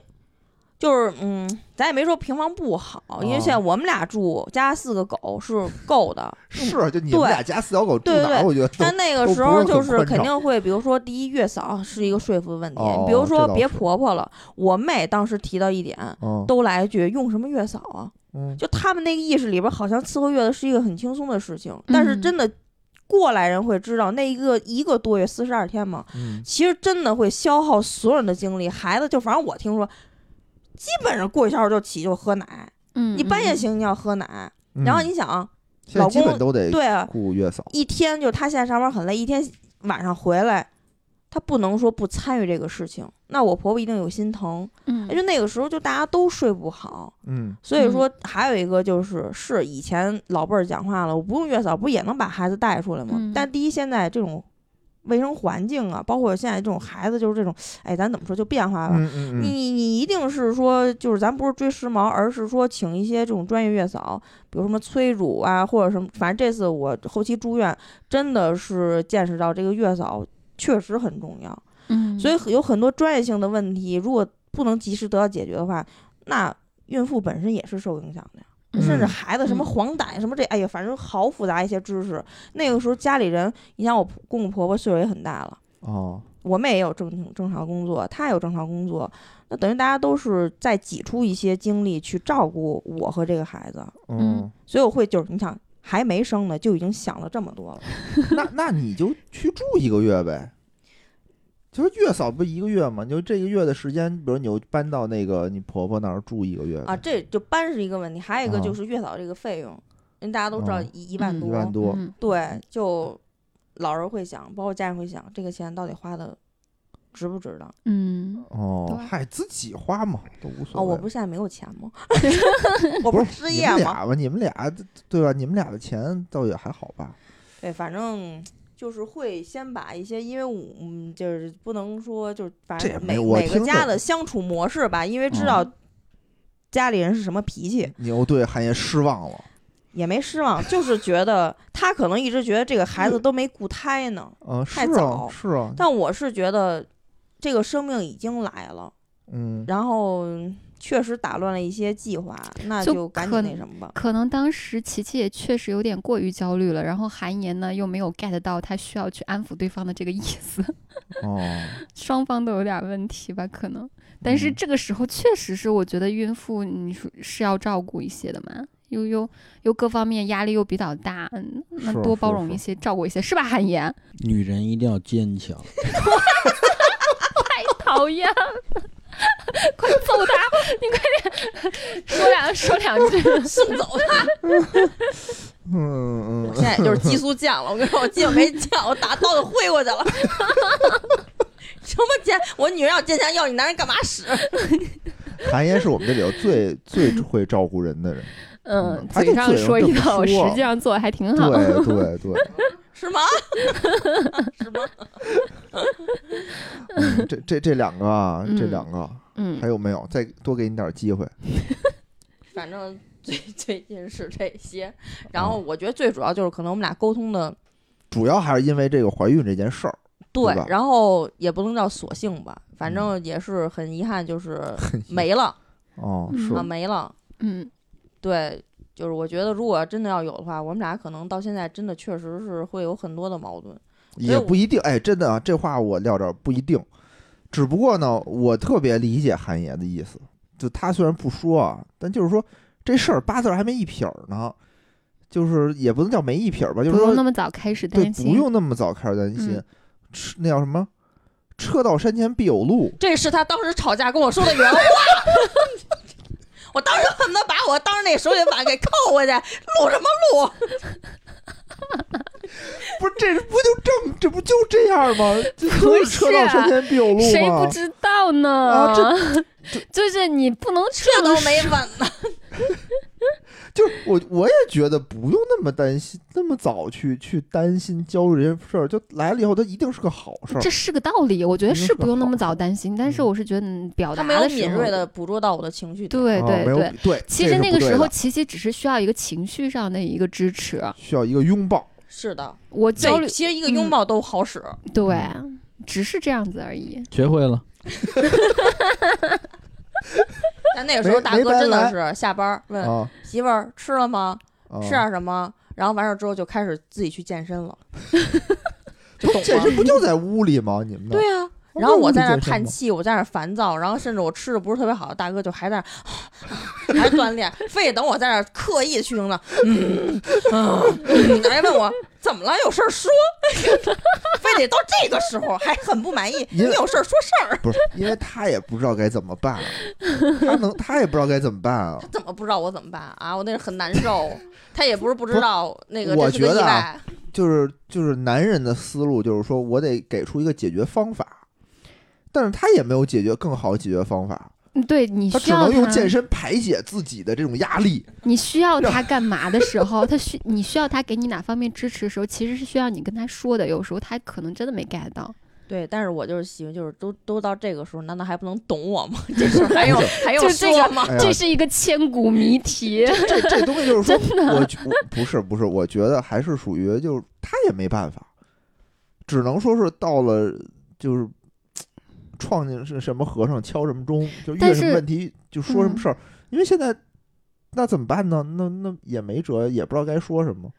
Speaker 4: 就是嗯，咱也没说平房不好，因
Speaker 2: 啊
Speaker 4: 为现在我们俩住加四个狗是够的。
Speaker 2: 是，啊就你
Speaker 4: 对
Speaker 2: 们俩家四条狗住
Speaker 4: 对对
Speaker 2: 哪儿？
Speaker 4: 对
Speaker 2: 我觉得都
Speaker 4: 但那个
Speaker 2: 都
Speaker 4: 时
Speaker 2: 不
Speaker 4: 候
Speaker 2: 是
Speaker 4: 就
Speaker 2: 很
Speaker 4: 是
Speaker 2: 宽
Speaker 4: 肯
Speaker 2: 敞
Speaker 4: 定会，比如说第一月嫂是一个说服问题，
Speaker 2: 哦
Speaker 4: 比如
Speaker 2: 这
Speaker 4: 说
Speaker 2: 倒
Speaker 4: 别
Speaker 2: 是
Speaker 4: 婆婆了，我妹当时提到一点，
Speaker 2: 嗯
Speaker 4: 都来一句用什么月嫂啊？
Speaker 2: 嗯，
Speaker 4: 就他们那个意识里边，好像伺候月子是一个很轻松的事情，但是
Speaker 3: 嗯
Speaker 4: 真的过来人会知道，那一个一个多月四十二天嘛，
Speaker 2: 嗯
Speaker 4: 其实真的会消耗所有人的精力。孩子就反正我听说，基本上过一小会儿就起就喝奶，
Speaker 3: 嗯，
Speaker 4: 你半夜
Speaker 3: 嗯，
Speaker 4: 醒你要喝奶，
Speaker 2: 嗯呃
Speaker 4: 然后你想，
Speaker 2: 现在
Speaker 4: 老
Speaker 2: 基本
Speaker 4: 公
Speaker 2: 都得
Speaker 4: 对啊，
Speaker 2: 雇月嫂，
Speaker 4: 一天就他现在上班很累，一天晚上回来，他不能说不参与这个事情。那我婆婆一定有心疼，哎
Speaker 3: 嗯
Speaker 4: 就那个时候就大家都睡不好，
Speaker 2: 嗯
Speaker 4: 所以说，还有一个就是，是以前老辈儿讲话了，我不用月嫂，不也能把孩子带出来吗？
Speaker 3: 嗯
Speaker 4: 但第一，现在这种卫生环境啊，包括现在这种孩子，就是这种，哎，咱怎么说就变化了。
Speaker 2: 嗯嗯嗯，
Speaker 4: 你你你一定是说，就是咱不是追时髦，而是说请一些这种专业月嫂，比如什么催乳啊，或者什么，反正这次我后期住院，真的是见识到这个月嫂确实很重要。
Speaker 3: 嗯，
Speaker 4: 所以很有很多专业性的问题，如果不能及时得到解决的话，那孕妇本身也是受影响的呀。
Speaker 3: 嗯
Speaker 4: 甚至孩子什么
Speaker 3: 嗯
Speaker 4: 黄疸什么这，哎呀，反正好复杂一些知识。那个时候家里人，你想我婆公公婆婆岁数也很大了，
Speaker 2: 哦，
Speaker 4: 我妹也有正经正常工作，她也有正常工作，那等于大家都是在挤出一些精力去照顾我和这个孩子。
Speaker 2: 嗯，
Speaker 4: 所以我会就是你想还没生呢，就已经想了这么多了。
Speaker 2: 那那你就去住一个月呗。就是月嫂不一个月嘛，你就这个月的时间，比如你就搬到那个你婆婆那儿住一个月呗
Speaker 4: 啊，这就搬是一个问题，还有一个
Speaker 2: 啊
Speaker 4: 就是月嫂这个费用，因为大家都知道
Speaker 2: 哦
Speaker 4: 一一万
Speaker 3: 嗯
Speaker 4: 多，
Speaker 2: 一万多，
Speaker 3: 嗯
Speaker 4: 对，就老人会想，包括家人会想，这个钱到底花的值不值当？
Speaker 3: 嗯，
Speaker 2: 哦
Speaker 3: 对，
Speaker 2: 嗨，自己花嘛，都无
Speaker 4: 哦，
Speaker 2: 所谓。
Speaker 4: 我不是现在没有钱 吗？我
Speaker 2: 不
Speaker 4: 不
Speaker 2: 是
Speaker 4: 是失
Speaker 2: 你
Speaker 4: 业
Speaker 2: 们
Speaker 4: 吗？
Speaker 2: 俩吧，你们俩对吧？你们俩的钱倒也还好吧？
Speaker 4: 对，反正就是会先把一些，因为我嗯，就是不能说就是反
Speaker 2: 这也
Speaker 4: 正
Speaker 2: 没
Speaker 4: 每
Speaker 2: 我
Speaker 4: 每个
Speaker 2: 听
Speaker 4: 家
Speaker 2: 着嗯
Speaker 4: 的相处模式吧，因为知道家里人是什么脾气，
Speaker 2: 你又对韩爷失望了，
Speaker 4: 也没失望，就是觉得他可能一直觉得这个孩子都没顾胎呢。
Speaker 2: 嗯，是
Speaker 4: 太
Speaker 2: 啊
Speaker 4: 早，
Speaker 2: 是啊，
Speaker 4: 但我是觉得这个生命已经来了，
Speaker 2: 嗯，
Speaker 4: 然后确实打乱了一些计划，那
Speaker 3: 就
Speaker 4: 就赶
Speaker 3: 可
Speaker 4: 紧
Speaker 3: 能
Speaker 4: 那什么 吧。
Speaker 3: 可能当时琪琪也确实有点过于焦虑了，然后韩岩呢又没有 get 到他需要去安抚对方的这个意思，
Speaker 5: 哦，
Speaker 3: 双方都有点问题吧，可能。但是
Speaker 5: 嗯
Speaker 3: 这个时候确实是，我觉得孕妇你说是要照顾一些的嘛，又又又各方面压力又比较大，嗯，那
Speaker 2: 是
Speaker 3: 多
Speaker 2: 是
Speaker 3: 包容
Speaker 2: 是
Speaker 3: 一些，照顾一些，是吧？韩岩，
Speaker 5: 女人一定要坚强。
Speaker 3: 讨厌 了，快揍他！你快点 说两说两 句。
Speaker 4: 送走他！
Speaker 2: 嗯嗯
Speaker 4: 我 现在就是激素降了，我跟你说，我基本没降，我打刀子挥过去了。 什么坚？我女人要坚强，要你男人干嘛使？
Speaker 2: 嗯，韩岩是我们这里头最最会照顾人 的人，
Speaker 3: 嗯，
Speaker 2: 他就
Speaker 3: 嘴上
Speaker 2: 嘴上
Speaker 3: 说
Speaker 2: 这
Speaker 3: 一
Speaker 2: 么
Speaker 3: 套，实
Speaker 2: 说
Speaker 3: 际上做的还挺好。
Speaker 2: 对 对对，
Speaker 4: 是吗？是吗？
Speaker 2: 嗯这这这两个啊，这
Speaker 3: 嗯
Speaker 2: 两个
Speaker 3: 嗯
Speaker 2: 还，有没有？再多给你点机会，
Speaker 4: 反正最 最近是这些，然后我觉得最主要就是可能我们俩沟通的
Speaker 2: 主要还是因为这个怀孕这件事儿，
Speaker 4: 对
Speaker 2: 对吧，
Speaker 4: 然后也不能叫索性吧，反正也是很遗憾，就是没了
Speaker 2: 哦，
Speaker 3: 嗯
Speaker 2: 是
Speaker 4: 啊，没了。
Speaker 3: 嗯，
Speaker 4: 对，就是我觉得如果真的要有的话，我们俩可能到现在真的确实是会有很多的矛盾。
Speaker 2: 也不一定，哎，真的啊，这话我撂这儿不一定。只不过呢，我特别理解韩爷的意思，就他虽然不说啊，但就是说这事儿八字儿还没一撇儿呢，就是也不能叫没一撇儿吧，就
Speaker 3: 不
Speaker 2: 是
Speaker 3: 用那
Speaker 2: 说
Speaker 3: 么早开始
Speaker 2: 对，
Speaker 3: 担心。
Speaker 2: 不用啊那么早开始担心
Speaker 3: 嗯，
Speaker 2: 吃那叫什么？车到山前必有路，
Speaker 4: 这是他当时吵架跟我说的原话。 我当时恨不得把我当时那手里碗给扣回去，录什么录？
Speaker 2: 不是这不就正这不就这样 吗？这
Speaker 3: 不
Speaker 2: 就是车到
Speaker 3: 是
Speaker 2: 山前必有路
Speaker 3: 谁不
Speaker 2: 吗？
Speaker 3: 知道呢？
Speaker 2: 啊
Speaker 3: 就是你不能
Speaker 4: 这都
Speaker 3: 证
Speaker 4: 没
Speaker 3: 实
Speaker 4: 问呢。
Speaker 2: 就是我我也觉得不用那么担心，那么早去去担心焦虑这些事儿，就来了以后，它一定是个好事儿。啊
Speaker 3: 这是个道理，我觉得是不用那么早担心。但是
Speaker 2: 嗯
Speaker 3: 我是觉得嗯表达
Speaker 4: 他没有
Speaker 3: 的时候
Speaker 4: 敏锐的捕捉到我的情绪点。
Speaker 3: 对对
Speaker 2: 哦、没
Speaker 3: 对
Speaker 2: 有。对，
Speaker 3: 其
Speaker 2: 这
Speaker 3: 实
Speaker 2: 是
Speaker 3: 那
Speaker 2: 不
Speaker 3: 个时
Speaker 2: 对
Speaker 3: 候，
Speaker 2: 的
Speaker 3: 琪琪只是需要一个情绪上的一个支持。
Speaker 2: 需要一个拥抱，
Speaker 4: 是的，
Speaker 3: 我焦虑，嗯
Speaker 4: 其实一个拥抱都 好使。
Speaker 3: 对，
Speaker 2: 嗯
Speaker 3: 只是这样子而已。
Speaker 5: 学会了，
Speaker 4: 但那个时候
Speaker 2: 没
Speaker 4: 大
Speaker 2: 没
Speaker 4: 哥
Speaker 2: 白
Speaker 4: 真的
Speaker 2: 来
Speaker 4: 是下班问
Speaker 2: 啊
Speaker 4: 媳妇儿吃了吗？
Speaker 2: 啊！
Speaker 4: 吃点什么？然后完事儿之后就开始自己去健身
Speaker 2: 哦
Speaker 4: 了，就
Speaker 2: 不
Speaker 4: 懂
Speaker 2: 健
Speaker 4: 了
Speaker 2: 身。不就在屋里吗？你们那
Speaker 4: 对
Speaker 3: 啊
Speaker 2: 儿
Speaker 4: 呀、然后我在那儿
Speaker 2: 健身
Speaker 4: 叹
Speaker 2: 吗
Speaker 4: 气，我在那儿烦躁，然后甚至我吃的不是特别好，大哥就还在那儿 还锻炼，非得等我在那儿刻意去弄呢。嗯，嗯还问我怎么了，有事儿说， 非得到这个时候还很不满意。你
Speaker 2: 因为
Speaker 4: 有事儿说事儿，
Speaker 2: 不是，因为他也不知道该怎么办，啊他能他也不知道该怎么办啊。
Speaker 4: 怎么不知道我怎么办啊？我那是很难受。他也不是不
Speaker 2: 不
Speaker 4: 知
Speaker 2: 是
Speaker 4: 道那个
Speaker 2: 我
Speaker 4: 这是个
Speaker 2: 觉
Speaker 4: 意
Speaker 2: 得啊
Speaker 4: 外，
Speaker 2: 就是就是男人的思路就是说我得给出一个解决方法，但是他也没有解决更好的解决方法，
Speaker 3: 嗯对你
Speaker 2: 他
Speaker 3: 需
Speaker 2: 只
Speaker 3: 要
Speaker 2: 能用
Speaker 3: 他
Speaker 2: 健身排解自己的这种压力。
Speaker 3: 你需要他干嘛的时候，他需你需要他给你哪方面支持的时候，其实是需要你跟他说的。有时候他可能真的没 get 到，
Speaker 4: 对，但是我就是喜欢，就是都都到这个时候，难道还不能懂我吗？ 这事儿还有还有
Speaker 3: 就这
Speaker 4: 说
Speaker 3: 个
Speaker 4: 吗？
Speaker 2: 哎呀
Speaker 3: 啊这是一个千古谜题。
Speaker 2: 这这东西就是说，我觉我不是不是，我觉得还是属于就是他也没办法，只能说是到了就是嘖撞见是什么和尚敲什么钟，就遇
Speaker 3: 但
Speaker 2: 见什么
Speaker 3: 是
Speaker 2: 问题就说什么
Speaker 3: 嗯
Speaker 2: 事儿，因为现在那怎么办呢？那那也没辙，也不知道该说什么，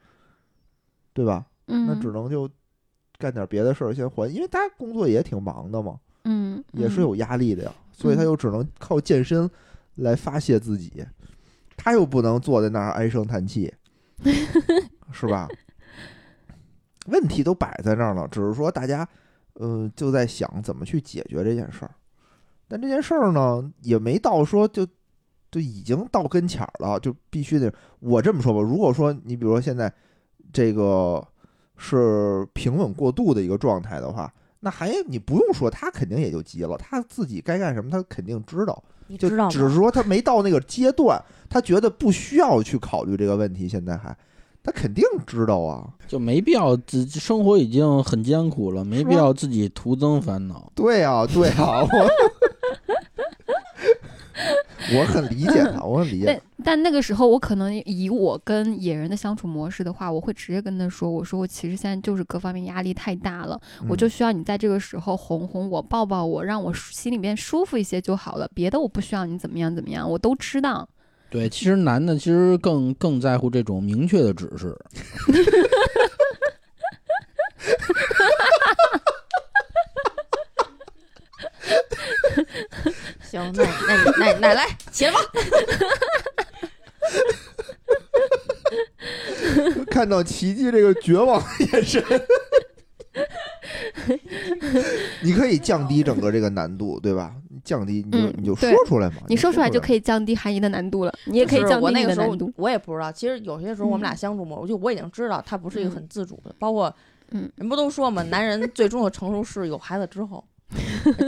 Speaker 2: 对吧？那只
Speaker 3: 嗯
Speaker 2: 能就干点别的事儿先缓，因为他工作也挺忙的嘛，
Speaker 3: 嗯，
Speaker 2: 也是有压力的呀，所以他
Speaker 3: 嗯
Speaker 2: 又只能靠健身来发泄自己，他又不能坐在那儿唉声叹 气，是吧？问题都摆在那儿了，只是说大家，呃，就在想怎么去解决这件事儿，但这件事儿呢，也没到说就就已经到跟前儿了，就必须得我这么说吧。如果说你比如说现在这个是平稳过渡的一个状态的话，那还你不用说，他肯定也就急了，他自己该干什么他肯定知道，
Speaker 4: 你
Speaker 2: 就
Speaker 4: 知道
Speaker 2: 只是
Speaker 4: 吗？
Speaker 2: 说他没到那个阶段，他觉得不需要去考虑这个问题，现在还他肯定知道啊，
Speaker 5: 就没必要自生活已经很艰苦了，没必要自己徒增烦恼。
Speaker 2: 对啊， 对啊，我我很理解他，我很理解
Speaker 3: 那
Speaker 2: 他，
Speaker 3: 但那个时候，我可能以我跟野人的相处模式的话，我会直接跟他说：“我说我其实现在就是各方面压力太大了，我就需要你在这个时候哄哄我、抱抱我，让我舒心里边舒服一些就好了。别的我不需要你怎么样怎么样，我都知道。
Speaker 5: 对，其实男的其实更更在乎这种明确的指示。
Speaker 4: 行，那那那那来起来吧。
Speaker 2: 嗯看到奇迹这个绝望的眼神。 你可以降低整个这个难度，对吧？你降低你就、
Speaker 3: 嗯
Speaker 2: 你就说
Speaker 3: 对
Speaker 2: 出来嘛，
Speaker 3: 你说出来就
Speaker 2: 以。
Speaker 3: 可以降低含义的难度了，你也可以
Speaker 4: 就是
Speaker 3: 降
Speaker 4: 我
Speaker 3: 低
Speaker 4: 那
Speaker 3: 你
Speaker 4: 个
Speaker 3: 的
Speaker 4: 时候
Speaker 3: 难度。
Speaker 4: 我也不知道，其实有些时候我们俩相处模式，就我已经知道他不是一个很自主的，包括，
Speaker 3: 嗯，
Speaker 4: 人不都说嘛，男人最终的成熟是有孩子 之后，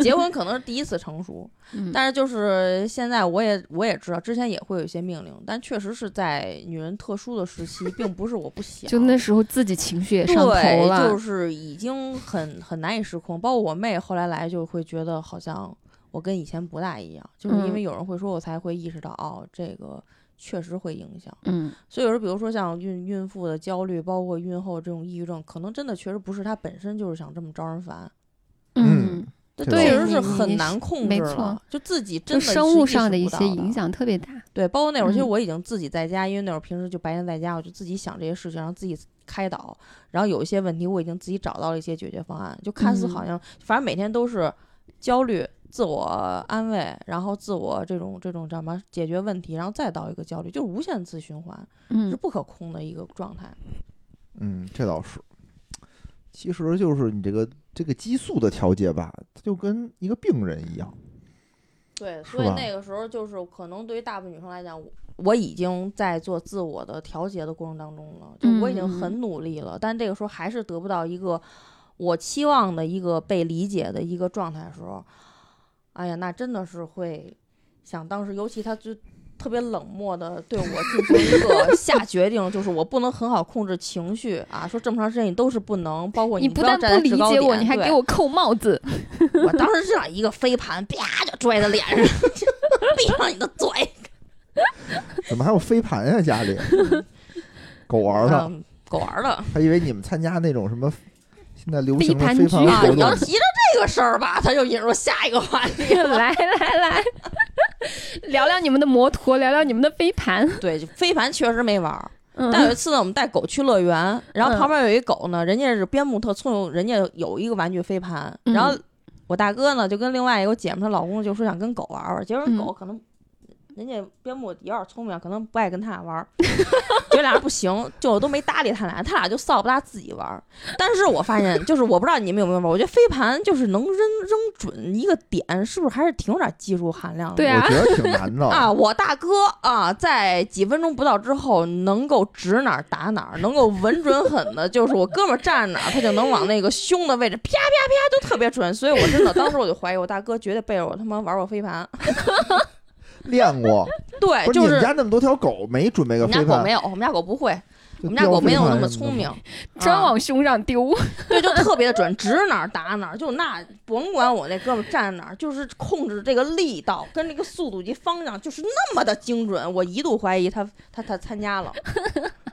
Speaker 4: 结婚可能是第一次成熟，
Speaker 3: 嗯，
Speaker 4: 但是就是现在我也我也知道，之前也会有一些命令，但确实是在女人特殊的时期，并不是我不想，
Speaker 3: 就那时候自己情绪也上头
Speaker 4: 对，就
Speaker 3: 了，
Speaker 4: 是已经很很难以失控。包括我妹后来来就会觉得好像我跟以前不大一样，就是
Speaker 3: 嗯
Speaker 4: 因为有人会说我才会意识到、哦，这个确实会影响。
Speaker 3: 嗯
Speaker 4: 所以有时候比如说像孕孕妇的焦虑，包括孕后这种抑郁症，可能真的确实不是她本身就是想这么招人烦，
Speaker 3: 嗯，
Speaker 4: 这
Speaker 2: 对
Speaker 4: 确实
Speaker 3: 你
Speaker 4: 是
Speaker 3: 你
Speaker 4: 很
Speaker 3: 你
Speaker 4: 难
Speaker 3: 是
Speaker 4: 控
Speaker 3: 没
Speaker 4: 制
Speaker 3: 错
Speaker 4: 了，就自己真
Speaker 3: 就
Speaker 4: 的是
Speaker 3: 生物
Speaker 4: 意
Speaker 3: 上
Speaker 4: 识
Speaker 3: 的
Speaker 4: 不
Speaker 3: 一
Speaker 4: 到
Speaker 3: 些影响特别大。
Speaker 4: 对，包括那会儿，其实
Speaker 3: 嗯
Speaker 4: 我已经自己在家，因为那会儿平时就白天在家，我就自己想这些事情，然后自己开导，然后有一些问题我已经自己找到了一些解决方案。就看似好
Speaker 3: 嗯
Speaker 4: 像，反正每天都是焦虑、自我安慰，然后自我这种这种叫什么解决问题，然后再到一个焦虑，就是无限次循环，是
Speaker 3: 嗯
Speaker 4: 不可控的一个状态。
Speaker 2: 嗯，这倒是。其实就是你这个这个激素的调节吧，它就跟一个病人一样。
Speaker 4: 对，
Speaker 2: 是
Speaker 4: 所以
Speaker 2: 吧
Speaker 4: 那个时候就是可能对于大部分女生来讲，我我已经在做自我的调节的过程当中了，就我已经
Speaker 3: 嗯
Speaker 4: 很努力了，但这个时候还是得不到一个我期望的一个被理解的一个状态的时候，哎呀，那真的是会想当时，尤其他就。特别冷漠的对我进行一个下决定，就是我不能很好控制情绪啊！说这么长时间你都是不能，包括
Speaker 3: 你
Speaker 4: 不
Speaker 3: 不
Speaker 4: 要
Speaker 3: 但
Speaker 4: 站在
Speaker 3: 不理
Speaker 4: 制高
Speaker 3: 解
Speaker 4: 点，
Speaker 3: 我，你还
Speaker 4: 对
Speaker 3: 给我扣帽子，
Speaker 4: 我当时就想一个飞盘，啪就拽在脸上， 闭上你的嘴。
Speaker 2: 怎么还有飞盘呀、家 里狗玩儿的，
Speaker 4: 嗯，狗玩儿的啊！
Speaker 2: 还以为你们参加那种什么现在流行的
Speaker 3: 飞盘
Speaker 2: 飞盘
Speaker 3: 局
Speaker 2: 活
Speaker 4: 啊你要
Speaker 2: 动。
Speaker 4: 提到这个事儿吧，他就引入下一个话题。
Speaker 3: 来来来， 聊聊你们的摩托，聊聊你们的飞盘。
Speaker 4: 对，飞盘确实没玩儿。但有
Speaker 3: 嗯
Speaker 4: 一次呢，我们带狗去乐园，然后
Speaker 3: 嗯
Speaker 4: 旁边有一狗呢，人家是边牧特聪明，人家有一个玩具飞盘，
Speaker 3: 嗯
Speaker 4: 然后我大哥呢就跟另外一个姐们她老公就说想跟狗玩玩，结果
Speaker 3: 嗯
Speaker 4: 狗可能。人家边牧有点聪明，啊可能不爱跟他俩玩儿， 这俩人不行，就我都没搭理他俩，他俩就扫不拉自己玩儿。但是我发现，就是我不知道你们有没有玩儿，我觉得飞盘就是能扔扔准一个点，是不是还是挺有点技术含量的？
Speaker 3: 对啊
Speaker 2: 我觉得挺 难的。
Speaker 4: 啊，我大哥啊，在几分钟不到之后，能够指哪儿打哪儿，能够稳准狠的，就是我哥们儿站哪儿，他就能往那个胸的位置啪啪啪都特别准，所以我真的当时我就怀疑我大哥绝对背着我他妈玩过 飞盘，
Speaker 2: 练过，
Speaker 4: 对，
Speaker 2: 不是
Speaker 4: 哎就
Speaker 2: 你们
Speaker 4: 是
Speaker 2: 家那么多条狗，没准备
Speaker 4: 我
Speaker 2: 个
Speaker 4: 们家
Speaker 2: 飞
Speaker 4: 狗
Speaker 2: 盘
Speaker 4: 没？有，我们家狗不会，我
Speaker 2: 我
Speaker 4: 们家狗没有那么聪明，，
Speaker 3: 专
Speaker 4: 啊
Speaker 3: 往胸上丢，
Speaker 4: 对，就特别的准，指哪儿打哪儿，就那甭管我那哥们儿站哪儿，就是控制这个力道跟这个速度及方向，就是那么的精准，我一度怀疑他他他参加了。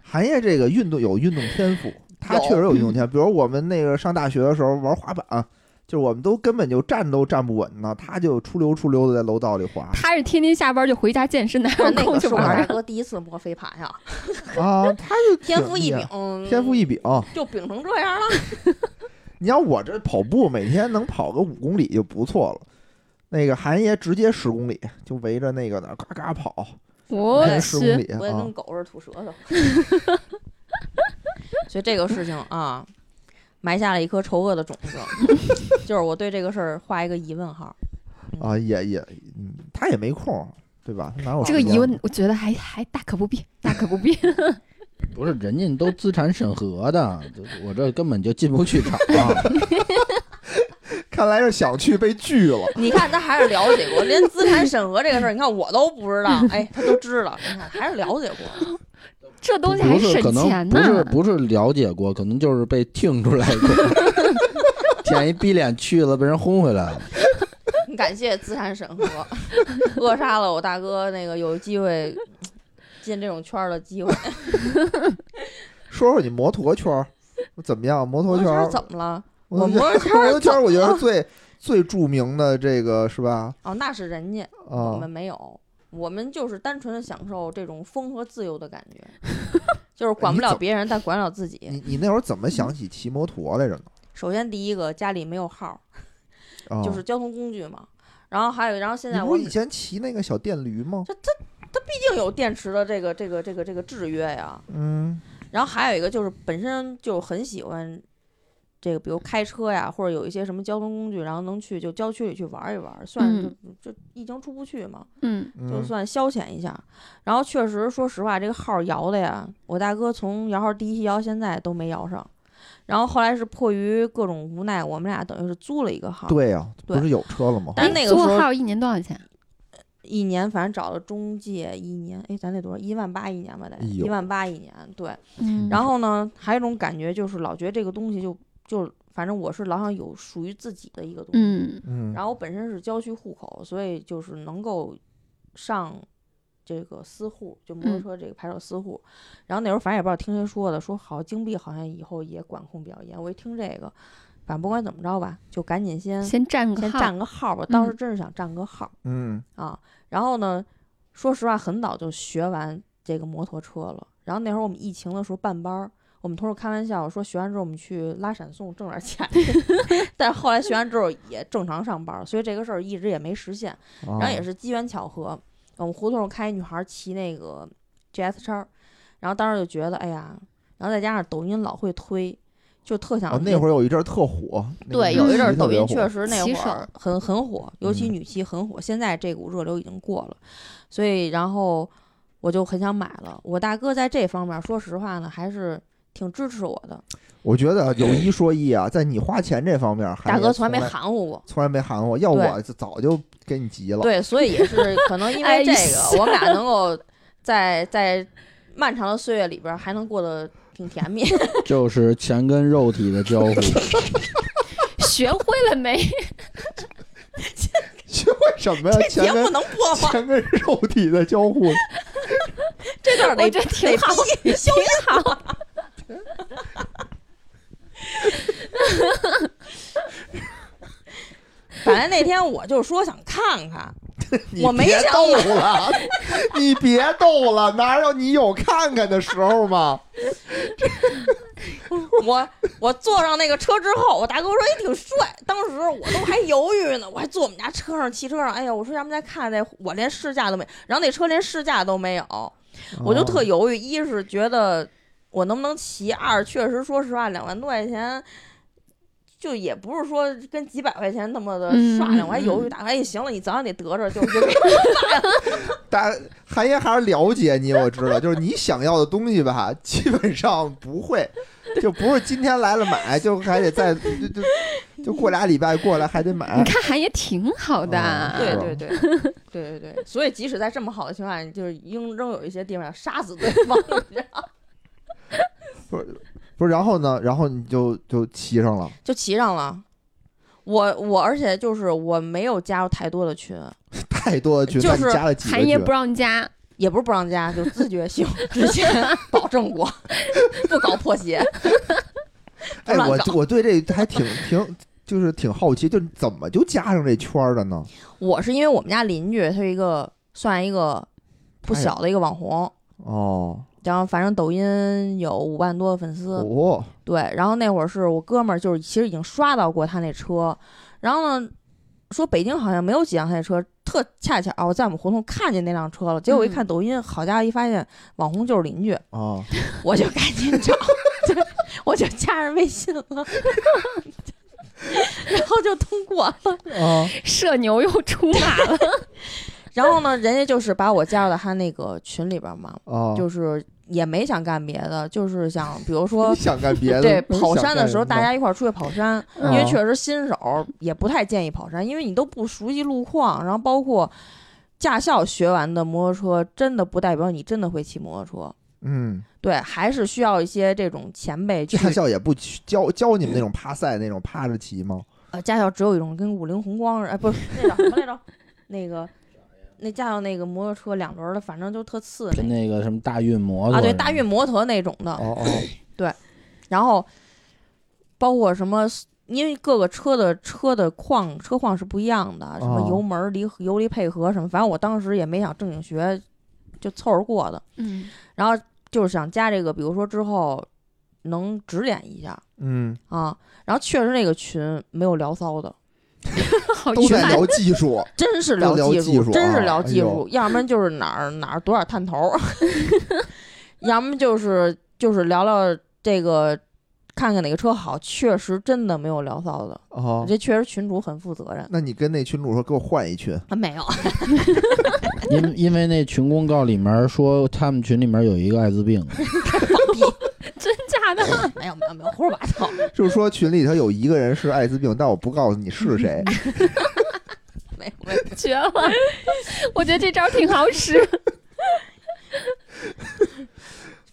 Speaker 2: 韩烨这个运动有运动天赋，他
Speaker 4: 有
Speaker 2: 确实有运动天赋。比如我们那个上大学的时候玩滑板，就是我们都根本就站都站不稳呢，他就出溜出溜的在楼道里滑
Speaker 3: 他是天天下班就回家健身，哪有
Speaker 4: 那
Speaker 3: 空
Speaker 4: 个
Speaker 3: 去
Speaker 4: 是我
Speaker 3: 玩
Speaker 4: 大
Speaker 3: 儿？
Speaker 4: 哥第一次摸飞盘呀，
Speaker 2: 啊，他就
Speaker 4: 天赋异
Speaker 2: 挺厉
Speaker 4: 禀
Speaker 2: 害，，天赋异禀。
Speaker 4: 就禀成这 样了。
Speaker 2: 你像我这跑步，每天能跑个五公里就不错了。那个韩爷直接十公里，就围着那个哪儿嘎嘎跑，
Speaker 3: 我
Speaker 2: 每天十公
Speaker 3: 是
Speaker 2: 里
Speaker 4: 我也
Speaker 2: 啊
Speaker 4: 跟。狗似的吐舌头， 所以这个事情啊，埋下了一颗丑恶的种子， 就是我对这个事儿画一个疑问号。
Speaker 2: 啊，也也，嗯，他也没空，对吧？他哪有
Speaker 3: 这个
Speaker 2: 时间
Speaker 3: 疑问，我觉得还还大可不必，大可不必。
Speaker 5: 不是，人家都资产审核的，我这根本就进不去场。啊
Speaker 2: 看来是想去被拒了。
Speaker 4: 你看他还是了解过，连资产审核这个事儿，你看我都不知道，哎，他都知道，你看还是了解过。
Speaker 3: 这东西还
Speaker 5: 不是，可
Speaker 3: 省
Speaker 5: 能
Speaker 3: 钱
Speaker 5: 不是
Speaker 3: 呢。
Speaker 5: 不是了解过，可能就是被听出来过， 舔一逼脸去了，被人轰回来了。
Speaker 4: 感谢资产审核，扼杀了我大哥那个有机会进这种圈儿的机会。
Speaker 2: 说说你摩托圈儿怎么样？摩托
Speaker 4: 朋友
Speaker 2: 圈
Speaker 4: 圈
Speaker 2: 儿
Speaker 4: 儿怎么了？
Speaker 2: 摩托圈
Speaker 4: 我摩托圈
Speaker 2: 儿
Speaker 4: 儿
Speaker 2: 摩托圈儿我觉
Speaker 4: 怎
Speaker 2: 得
Speaker 4: 么
Speaker 2: 最最著名的这个是吧？
Speaker 4: 哦，那是人家， 我
Speaker 2: 啊
Speaker 4: 们，没有，我们就是单纯的享受这种风和自由的感 觉，就是管不
Speaker 2: 你
Speaker 4: 了
Speaker 2: 怎
Speaker 4: 别人，但管了自己。
Speaker 2: 你你那会儿怎么想起骑摩托来着呢？
Speaker 4: 首先第一个家里没有号儿，
Speaker 2: 啊，
Speaker 4: 就是交通工具嘛。然后还有，然后现
Speaker 2: 你
Speaker 4: 在我
Speaker 2: 不是
Speaker 4: 们
Speaker 2: 以前骑那个小电驴吗？
Speaker 4: 毕竟有电池的这个这个这个这个制约呀。
Speaker 2: 嗯，
Speaker 4: 然后还有一个就是本身就很喜欢这个，比如开车呀，或者有一些什么交通工具，然后能去就郊区里去玩一玩，算是就就疫情出不去嘛，
Speaker 3: 嗯，
Speaker 4: 就
Speaker 2: 嗯
Speaker 4: 算消遣一下。然后确实，说实话，这个号摇的呀，我大哥从摇号第一期摇到现在都没摇上。然后后来是迫于各种无奈，我们俩等于是租了一个号，
Speaker 2: 对呀、不
Speaker 4: 对
Speaker 2: 是有车了吗？
Speaker 4: 但是那个
Speaker 3: 租
Speaker 4: 时候
Speaker 3: 号一年多少钱？
Speaker 4: 一年反正找了中介一年，哎，咱得多少？一万八一年吧，得
Speaker 2: 哎呦
Speaker 4: 一万八一年。对，
Speaker 3: 嗯，
Speaker 4: 然后呢，还有一种感觉就是老觉得这个东西就就，反正我是老想有属于自己的一个东西。
Speaker 3: 嗯
Speaker 2: 嗯，
Speaker 4: 然后我本身是郊区户口，所以就是能够上这个私户，就摩托
Speaker 3: 嗯
Speaker 4: 车这个牌照私户。然后那时候反正也不知道听谁说的，说好金币好像以后也管控比较严。我一听这个，反正不管怎么着吧，就赶紧先
Speaker 3: 先占个
Speaker 4: 先
Speaker 3: 号，
Speaker 4: 占个号吧。当时
Speaker 3: 嗯
Speaker 4: 真是想占个号。
Speaker 2: 嗯，
Speaker 4: 啊。然后呢，说实话，很早就学完这个摩托车了。然后那会儿我们疫情的时候办班儿，我们同事开玩笑说，学完之后我们去拉闪送挣点钱。但是后来学完之后也正常上班儿，所以这个事儿一直也没实现。
Speaker 2: 然
Speaker 4: 然后也是机缘巧合，我们胡同儿开一女孩儿骑那个 GS 叉儿，然后当时就觉得，哎呀，然后再加上抖音老会推，就特想、
Speaker 2: 哦，那会儿有一阵儿特火，那个
Speaker 4: 对，
Speaker 2: 女
Speaker 4: 有一阵
Speaker 2: 骑
Speaker 4: 儿
Speaker 2: 特
Speaker 4: 抖
Speaker 2: 别
Speaker 4: 音
Speaker 2: 火
Speaker 4: 确实那
Speaker 3: 骑
Speaker 4: 会儿很很火，尤其
Speaker 2: 嗯
Speaker 4: 女骑很火。现在这股热流已经过了，所以然后我就很想买了。我大哥在这方面，说实话呢，还是挺支持我的。
Speaker 2: 我觉得有一说一啊，在你花钱这方面，韩
Speaker 4: 大
Speaker 2: 爷
Speaker 4: 哥从来没
Speaker 2: 来
Speaker 4: 含糊过，
Speaker 2: 哎从来没喊我，要
Speaker 4: 对
Speaker 2: 我就早就给你急了。
Speaker 4: 对，所以也是 可能因
Speaker 3: 哎
Speaker 4: 为这
Speaker 3: 是
Speaker 4: 个，我们俩能够在在漫长的岁月里边儿还能过得挺甜蜜。
Speaker 5: 就是钱跟肉体的交互。
Speaker 3: 学会了没？
Speaker 2: 学会什么呀？
Speaker 4: 节
Speaker 2: 钱
Speaker 4: 目
Speaker 2: 跟
Speaker 4: 能 播吗？
Speaker 2: 钱跟肉体的交 互，
Speaker 4: 这段儿得
Speaker 3: 我觉得挺好
Speaker 4: 得逼消 音
Speaker 3: 好，
Speaker 4: 反正那天我就说想看看，
Speaker 2: 你
Speaker 4: 我没
Speaker 2: 别
Speaker 4: 想
Speaker 2: 逗 了，你别逗了，哪有你有看看的时候嘛？
Speaker 4: 我我坐上那个车之后，我大哥说：“哎，挺帅。”当时我都还犹豫呢，我还坐我们家车上汽车上，哎呀，我说咱们再看那，我连试驾都没，然后那车连试驾都没有，我就特犹豫。一是觉得我能不能骑，二确实说实话，两万多块钱。就也不是说跟几百块钱那么的
Speaker 3: 嗯
Speaker 4: 刷量，我还犹豫，大哥，哎，行了，你早晚得得着，就就买了
Speaker 2: 大韩爷还是了解你，我知道，就是你想要的东西吧，基本上不会，就不是今天来了买，就还得再就就就过俩礼拜过来还得买
Speaker 3: 你。看韩也挺好的啊，
Speaker 2: 是
Speaker 4: 对
Speaker 2: 吧
Speaker 4: 对对对对对，所以即使在这么好的情况下，你就是应仍有一些地方要杀死对方， 你知道吗
Speaker 2: 不是不是，然后呢？然后你就就骑上了，
Speaker 4: 就骑上了。我我而且就是我没有加入太多的群，
Speaker 2: 太多的群，
Speaker 4: 就
Speaker 2: 那你
Speaker 4: 是
Speaker 2: 加了几个
Speaker 3: 韩也
Speaker 2: 群？
Speaker 3: 不让加，
Speaker 4: 也不是不让加，就自觉性之前保证过，不搞破鞋。
Speaker 2: 哎，
Speaker 4: 乱
Speaker 2: 我
Speaker 4: 搞
Speaker 2: 我对这还挺挺就是挺好奇，就怎么就加上这圈儿的呢？
Speaker 4: 我是因为我们家邻居，他是一个算一个不小的一个网红，
Speaker 2: 哦，
Speaker 4: 然后反正抖音有五万多的粉丝，
Speaker 2: 哦，
Speaker 4: 对，然后那会儿是我哥们儿，就是其实已经刷到过他那车，然后呢，说北京好像没有几辆他那车，特恰巧啊我在我们胡同看见那辆车了，结果我一看抖音，好家伙，一发现网红就是邻居，
Speaker 2: 啊，
Speaker 4: 我就赶紧找，就我就加上微信了， 然后就通过了，
Speaker 2: 啊，
Speaker 3: 社牛又出马了，
Speaker 4: 然后呢，人家就是把我加入到他那个群里边儿嘛，
Speaker 2: 啊，。
Speaker 4: 就是也没想干别的，就是想比如说
Speaker 2: 想干别的，
Speaker 4: 对，
Speaker 2: 不是
Speaker 4: 跑
Speaker 2: 想
Speaker 4: 山的
Speaker 2: 干
Speaker 4: 时候
Speaker 2: 什么
Speaker 4: 大家一块儿出去跑山，
Speaker 2: 嗯
Speaker 4: 因为确实新手也不太建议跑山，因为你都不熟悉路况，然后包括驾校学完的摩托车，真的不代表你真的会骑摩托车。
Speaker 2: 嗯，
Speaker 4: 对，还是需要一些这种前 辈去。
Speaker 2: 驾校也不去教教你们那种趴赛那种趴着骑吗？
Speaker 4: 呃，驾校只有一种跟五菱宏光似的，哎，不是那叫什么来着？那个那驾校那个摩托车两轮儿的，反正就特次
Speaker 5: 跟
Speaker 4: 那
Speaker 5: 那个什么大运摩
Speaker 4: 个
Speaker 5: 托
Speaker 4: 啊，对，
Speaker 5: 什么
Speaker 4: 大运摩托那种的，
Speaker 5: 哦 哦，
Speaker 4: 然后包括什么，因为各个车的车的况车况是不一样的，什么
Speaker 2: 哦
Speaker 4: 油门儿离合油离配合什么，反正我当时也没想正经学，就凑合过的。
Speaker 3: 嗯，
Speaker 4: 然后就是想加这个，比如说之后能指点一下
Speaker 2: 嗯，
Speaker 4: 啊。然后确实那个群没有聊骚的，哦
Speaker 3: 好
Speaker 2: 都在
Speaker 3: 烦
Speaker 2: 聊技 术，
Speaker 4: 真是
Speaker 2: 都聊
Speaker 4: 技
Speaker 2: 技术
Speaker 4: 真是
Speaker 2: 啊
Speaker 4: 聊技
Speaker 2: 哎呦
Speaker 4: 术，要么就是哪儿哪儿多少探头 儿，要么就是就是聊聊这个，看看哪个车好。确实真的没有聊骚的，
Speaker 2: 哦，
Speaker 4: 这确实群主很负责任
Speaker 2: 那你跟那群主说给我换一群，
Speaker 4: 啊， 没有，
Speaker 5: 因因为那群公告里面说他们群里面有一个艾滋病，
Speaker 3: 真假的？
Speaker 4: 没有，没有，没有，胡说八道。
Speaker 2: 就是说群里头有一个人是艾滋病，但我不告诉你是 谁。
Speaker 4: 没有，没有，
Speaker 3: 绝了！ 我觉得这招挺好使。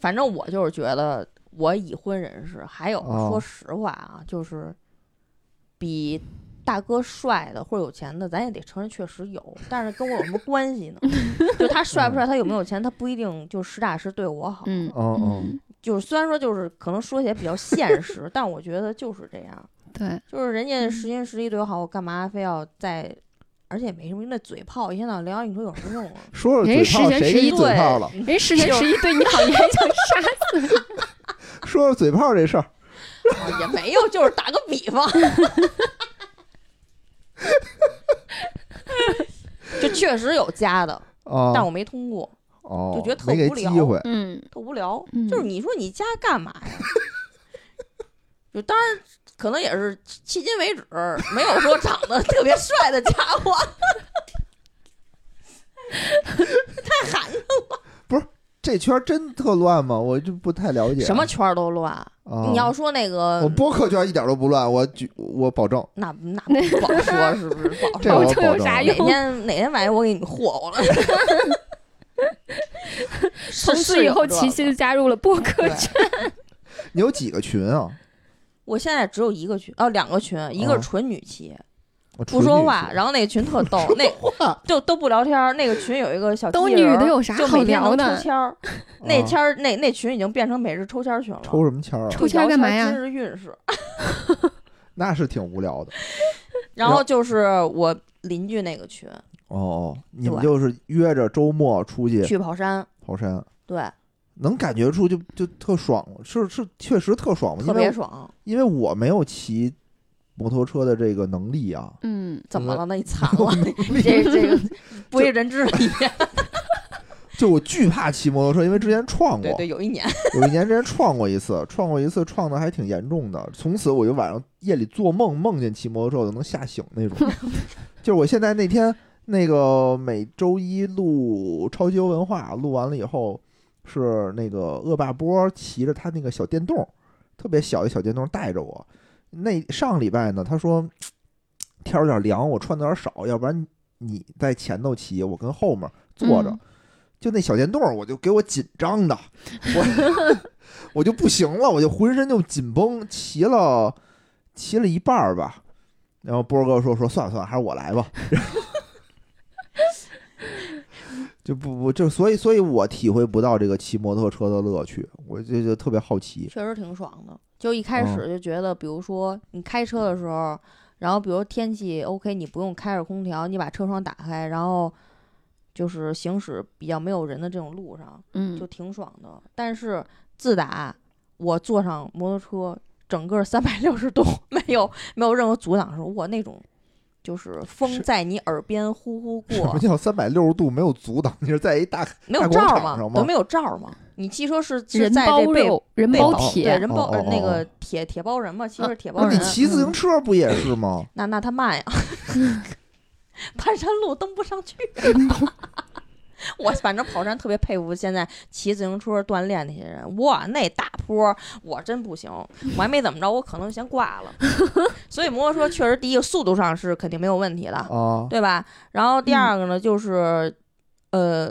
Speaker 4: 反正我就是觉得我已婚人士，还有
Speaker 2: 哦
Speaker 4: 说实话啊，就是比大哥帅的或者有钱的，咱也得承认确实有，但是跟我有什么关 系呢？就他帅
Speaker 2: 嗯
Speaker 4: 不帅，他有没有钱，他不一定就实打实对我好。
Speaker 3: 嗯
Speaker 2: 哦哦，
Speaker 3: 嗯，
Speaker 4: 就是虽然说就是可能说起来比较现实，但我觉得就是这样，
Speaker 3: 对，
Speaker 4: 就是人家
Speaker 3: 嗯
Speaker 4: 实心实意对我好，我干嘛非要再，而且也没什么用，那嘴炮一天到晚聊，你说有什么用啊？
Speaker 2: 说说嘴
Speaker 3: 人十
Speaker 2: 炮，
Speaker 3: 全
Speaker 2: 谁
Speaker 3: 十
Speaker 2: 给你
Speaker 3: 一
Speaker 2: 嘴炮 了？
Speaker 3: 人十全十一对你好，你还想杀？
Speaker 2: 说说嘴炮这事儿，
Speaker 4: 啊，也没有，就是打个比方。 就确实有加的，但
Speaker 2: 哦
Speaker 4: 我没通过，
Speaker 2: 哦，
Speaker 4: 就觉得特
Speaker 2: 没给
Speaker 4: 无聊
Speaker 2: 机会，
Speaker 3: 嗯
Speaker 4: 特无聊。
Speaker 3: 嗯
Speaker 4: 就是你说你加干嘛呀？ 就当然可能也是迄今为止没有说长得特别帅的家伙，太寒碜
Speaker 2: 这圈儿真特乱吗？我就不太了解。
Speaker 4: 什么？圈儿都乱。
Speaker 2: 哦、
Speaker 4: 你要说那
Speaker 2: 我
Speaker 4: 个，
Speaker 2: 播客圈一点都不乱，我举我保证，
Speaker 4: 那那不好说，是不是？不 好
Speaker 2: 这我
Speaker 3: 保
Speaker 4: 说。
Speaker 3: 证
Speaker 2: 保
Speaker 3: 有
Speaker 2: 证
Speaker 3: 啥
Speaker 2: 了
Speaker 4: 哪
Speaker 3: 用
Speaker 4: 天哪天晚上我给你们霍霍了。
Speaker 3: 从
Speaker 4: 从
Speaker 3: 此以后，琪琪就加入了播客 圈。
Speaker 2: 你有几个群啊？
Speaker 4: 我现在只有一个群，哦，两个群，一个
Speaker 2: 哦
Speaker 4: 是纯女骑，
Speaker 2: 我
Speaker 4: 不
Speaker 2: 纯
Speaker 4: 说
Speaker 2: 女
Speaker 4: 话，
Speaker 2: 群
Speaker 4: 然后那个 群特逗，那就都不聊天儿。那个群有一个小
Speaker 3: 都
Speaker 4: 机器
Speaker 3: 女
Speaker 4: 人
Speaker 3: 的
Speaker 4: 儿
Speaker 3: 有啥
Speaker 4: 就
Speaker 3: 好
Speaker 4: 每天
Speaker 3: 聊
Speaker 4: 能
Speaker 3: 的
Speaker 4: 抽签儿，那
Speaker 2: 啊
Speaker 4: 签儿那那群已经变成每日抽签儿群了。
Speaker 2: 抽什么签儿啊？
Speaker 3: 抽签儿干嘛呀
Speaker 4: 今日运势。
Speaker 2: 那是挺无聊的。
Speaker 4: 然后就是我邻居那个群
Speaker 2: 哦哦，你们
Speaker 4: 对
Speaker 2: 就是约着周末出去
Speaker 4: 去跑山，
Speaker 2: 跑山，
Speaker 4: 对，
Speaker 2: 能感觉出就就特爽，是是确实特爽嘛，
Speaker 4: 特
Speaker 2: 因
Speaker 4: 别
Speaker 2: 为
Speaker 4: 爽。
Speaker 2: 因为我没有骑摩托车的这个能力 啊，
Speaker 3: 嗯，
Speaker 4: 怎么
Speaker 2: 我
Speaker 4: 了？那你惨了， 这这个不为人知了已 经。
Speaker 2: 就我惧怕骑摩托车，因为之前撞过
Speaker 4: 对，对，有一年，
Speaker 2: 有一年之前撞过一次，撞过一次，撞的还挺严重的。从此我就晚上夜里做梦，梦见骑摩托车我都能吓醒那种。就是我现在那天那个每周一录超级游文化，录完了以后是那个恶霸波骑着他那个小电动，特别小一小电动带着我。那上礼拜呢，他说天儿有点凉，我穿的有点少，要不然你在前头骑，我跟后面坐着。
Speaker 3: 嗯
Speaker 2: 就那小电动，我就给我紧张的， 我 我就不行了，我就浑身就紧绷，骑了骑了一半儿吧，然后波儿哥说说算了算了，还是我来吧， 就不不就所以所以我体会不到这个骑摩托车的乐趣，我就就特别好奇，
Speaker 4: 确实挺爽的。就一开
Speaker 2: 嗯
Speaker 4: 始就觉得，比如说你开车的时候，然后比如天气 OK，你不用开着空调，你把车窗打开，然后就是行驶比较没有人的这种路上，
Speaker 3: 嗯
Speaker 4: 就挺爽的。但是自打我坐上摩托车，整个三百六十度 没有没有任何阻挡的时候，我那种就是风
Speaker 2: 是
Speaker 4: 在你耳边呼呼
Speaker 2: 什
Speaker 4: 过
Speaker 2: 么，叫三百六十度没有阻挡？你是在一大
Speaker 4: 没有
Speaker 2: 大广
Speaker 4: 罩
Speaker 2: 场上吗
Speaker 4: 都没有罩嘛。你汽车是是
Speaker 3: 人
Speaker 4: 在
Speaker 3: 包
Speaker 4: 这被
Speaker 3: 肉，人
Speaker 4: 被
Speaker 3: 包
Speaker 4: 保对
Speaker 3: 铁，嗯
Speaker 4: 人包、
Speaker 2: 哦
Speaker 4: 呃
Speaker 2: 哦
Speaker 4: 那
Speaker 2: 哦
Speaker 4: 个铁铁包人嘛，其实是铁包
Speaker 2: 那你
Speaker 4: 人。啊
Speaker 2: 骑自行车不也是吗？
Speaker 4: 那那他慢 呀，盘山路登不上去。我反正跑山特别佩服现在骑自行车锻炼那些人，哇，那大坡我真不行，我还没怎么着，我可能先挂了。 所以摩托车确实第一个速度上是肯定没有问题的，
Speaker 2: 啊，
Speaker 4: 对吧？然后
Speaker 2: 嗯
Speaker 4: 第二个呢，就是，呃，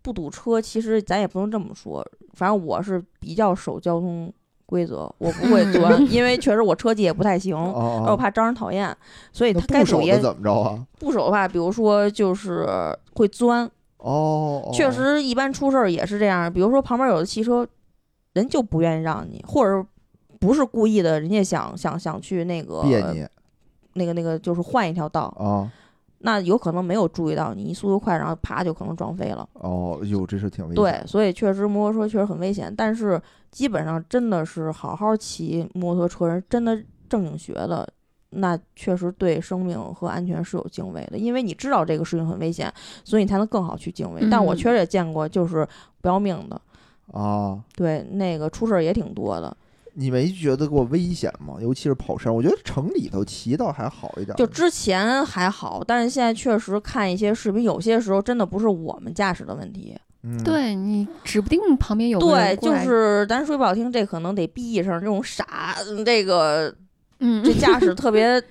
Speaker 4: 不堵车，其实咱也不能这么说，反正我是比较守交通规则，我不会钻，因为确实我车技也不太行，
Speaker 2: 嗯哦
Speaker 4: 而我
Speaker 2: 哦，
Speaker 4: 怕招人讨厌，所以
Speaker 2: 那
Speaker 4: 他该
Speaker 2: 不
Speaker 4: 走
Speaker 2: 守
Speaker 4: 也
Speaker 2: 的怎么着啊？
Speaker 4: 不守的话，比如说就是会钻，
Speaker 2: 哦，哦
Speaker 4: 确，实一般出事儿也是这样。比如说旁边有的汽车，人就不愿意让你，或者不是故意的，人家想想想去那个
Speaker 2: 别你啊
Speaker 4: 那个那个就是换一条道，
Speaker 2: 哦
Speaker 4: 那有可能没有注意到你，你速度快，然后啪就可能撞飞了。
Speaker 2: 哦，哟，这是挺危险
Speaker 4: 对
Speaker 2: 的。，
Speaker 4: 所以确实摩托车确实很危险，但是基本上真的是好好骑摩托车人真的正经学的，那确实对生命和安全是有敬畏的，因为你知道这个事情很危险，所以你才能更好去敬畏。但我
Speaker 3: 嗯
Speaker 4: 确实也见过就是不要命的，
Speaker 2: 啊，
Speaker 4: 对那个出事儿也挺多的，
Speaker 2: 你没觉得过危险吗？尤其是跑山，我觉得城里头骑倒还好一点儿。
Speaker 4: 就之前还好，但是现在确实看一些视频，有些时候真的不是我们驾驶的问题，
Speaker 2: 嗯，
Speaker 3: 对你指不定旁边有个
Speaker 4: 对
Speaker 3: 人，过
Speaker 4: 就
Speaker 3: 来
Speaker 4: 是咱说不好听，这可能得逼一声，这种傻，嗯这个
Speaker 3: 嗯
Speaker 4: 这驾驶特 别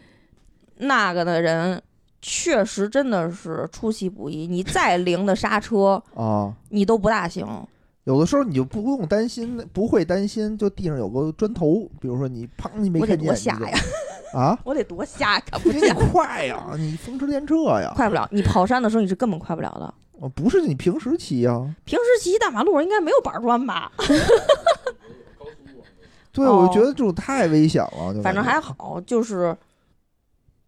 Speaker 4: 那个的人，确实真的是出其不意。你再灵的刹车，
Speaker 2: 啊，
Speaker 4: 你都不大行。
Speaker 2: 有的时候你就不用担心，不会担心，就地上有个砖头，比如说你砰，你没
Speaker 4: 我得
Speaker 2: 看见，
Speaker 4: 多瞎
Speaker 2: 你
Speaker 4: 呀！，
Speaker 2: 就啊
Speaker 4: 我得多瞎呀！看不
Speaker 2: 因为你
Speaker 4: 见，
Speaker 2: 快呀，你风驰电掣呀，
Speaker 4: 快不了。你跑山的时候你是根本快不了的。
Speaker 2: 哦不是你平时骑呀。
Speaker 4: 平时骑大马路上应该没有板砖吧？
Speaker 2: 对，
Speaker 4: 哦
Speaker 2: 我觉得这种太危险了，就
Speaker 4: 反
Speaker 2: 感觉
Speaker 4: 正还好，就是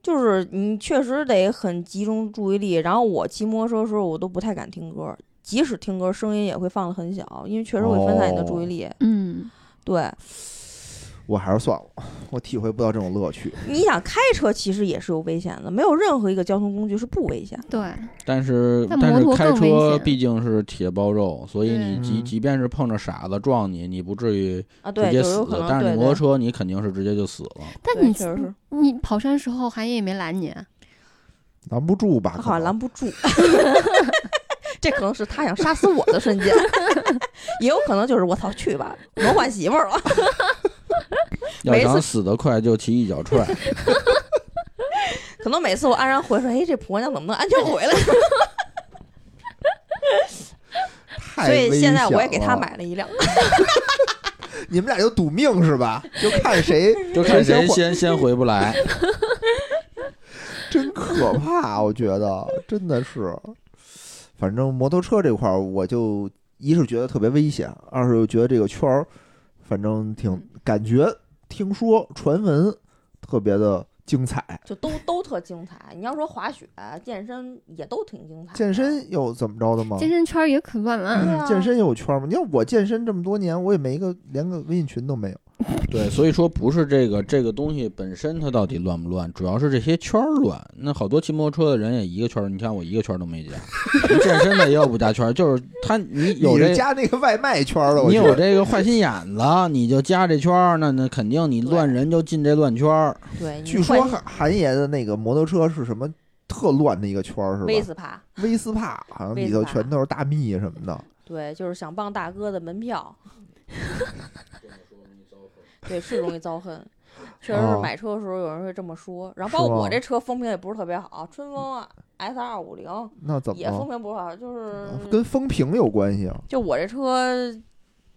Speaker 4: 就是你确实得很集中注意力。然后我骑摩托车的时候，我都不太敢听歌，即使听歌，声音也会放得很小，因为确实会分散你的注意 力。
Speaker 5: 哦
Speaker 3: 嗯，
Speaker 4: 对，
Speaker 2: 我还是算了，我体会不到这种乐趣。
Speaker 4: 你想开车其实也是有危险的，没有任何一个交通工具是不危险的。
Speaker 3: 对，
Speaker 5: 但是
Speaker 3: 但
Speaker 5: 但
Speaker 3: 摩
Speaker 5: 是
Speaker 3: 托
Speaker 5: 开
Speaker 3: 更危
Speaker 5: 车
Speaker 3: 险
Speaker 5: 毕竟是铁包肉，所以你
Speaker 3: 对
Speaker 5: 即
Speaker 2: 嗯
Speaker 5: 即便是碰着傻子撞你，你不至于
Speaker 4: 啊，
Speaker 5: 直
Speaker 4: 对，
Speaker 5: 接
Speaker 4: 就
Speaker 5: 死
Speaker 4: 有可，能
Speaker 5: 但是
Speaker 4: 对
Speaker 5: 你摩托
Speaker 4: 对。
Speaker 5: 车你嗯肯定是直接就死了。
Speaker 3: 但
Speaker 4: 对
Speaker 3: 你
Speaker 4: 确实是
Speaker 3: 你跑山时候韩爷也没拦你啊，
Speaker 2: 拦不住吧？
Speaker 4: 他
Speaker 2: 可
Speaker 4: 好像
Speaker 5: 嗯
Speaker 2: 能
Speaker 4: 拦 不住，这可能是他想杀死我的瞬间， 也有可能就是我操去吧，我换媳妇儿了。
Speaker 5: 要
Speaker 4: 每一
Speaker 5: 想
Speaker 4: 次
Speaker 5: 死得快，就骑一脚踹。
Speaker 4: 可能每次我安然回说，哎，这婆娘怎么能安全回来？
Speaker 2: 太
Speaker 4: 所以
Speaker 2: 危
Speaker 4: 现在我
Speaker 2: 险
Speaker 4: 也给他
Speaker 2: 了
Speaker 4: 买了一辆。
Speaker 2: 你们俩就赌命是吧？就看谁
Speaker 5: 就看谁
Speaker 2: 先
Speaker 5: 先先回 不来。
Speaker 2: 真可怕，我觉得真的是。反正摩托车这块儿，我就一是觉得特别危险，二是又觉得这个圈儿，反正挺
Speaker 4: 嗯
Speaker 2: 感觉、听说、传闻特别的精彩。
Speaker 4: 就都都特精彩。你要说滑雪、健身也都挺精彩的。
Speaker 2: 健身有怎么着的吗？
Speaker 3: 健身圈儿也可乱
Speaker 2: 嗯
Speaker 3: 了。
Speaker 4: 对啊
Speaker 2: 健身有圈儿吗？你看我健身这么多年，我也没一个连个微信群都没有。
Speaker 5: 对，所以说不是这个这个东西本身它到底乱不乱，主要是这些圈儿乱。那好多骑摩托车的人也一个圈儿，你看我一个圈儿 都没加。健身的也有不加圈儿，就是他你有
Speaker 2: 你是
Speaker 5: 这。
Speaker 2: 加那个外卖圈儿了，我
Speaker 5: 你
Speaker 2: 觉得
Speaker 5: 有这个坏心眼子，你就加这圈儿，那那肯定你乱人就进这乱圈儿。
Speaker 4: 对，
Speaker 2: 据说韩韩爷的那个摩托车是什么特乱的一个圈儿，是吧？
Speaker 4: 威斯帕，
Speaker 2: 威斯帕，好像
Speaker 4: 威
Speaker 2: 里
Speaker 4: 斯
Speaker 2: 头
Speaker 4: 帕
Speaker 2: 全都是大蜜什么的。
Speaker 4: 对，就是想傍大哥的门票。对，是容易遭恨。确实是
Speaker 2: 哦
Speaker 4: 买车的时候有人会这么说，然后
Speaker 2: 是
Speaker 4: 包括
Speaker 2: 吗
Speaker 4: 我这车风评也不是特别好，春风啊 S 二五零
Speaker 2: 那怎么
Speaker 4: 也风
Speaker 2: 了？
Speaker 4: 评不是好，就是
Speaker 2: 跟风评有关系啊？
Speaker 4: 就我这车，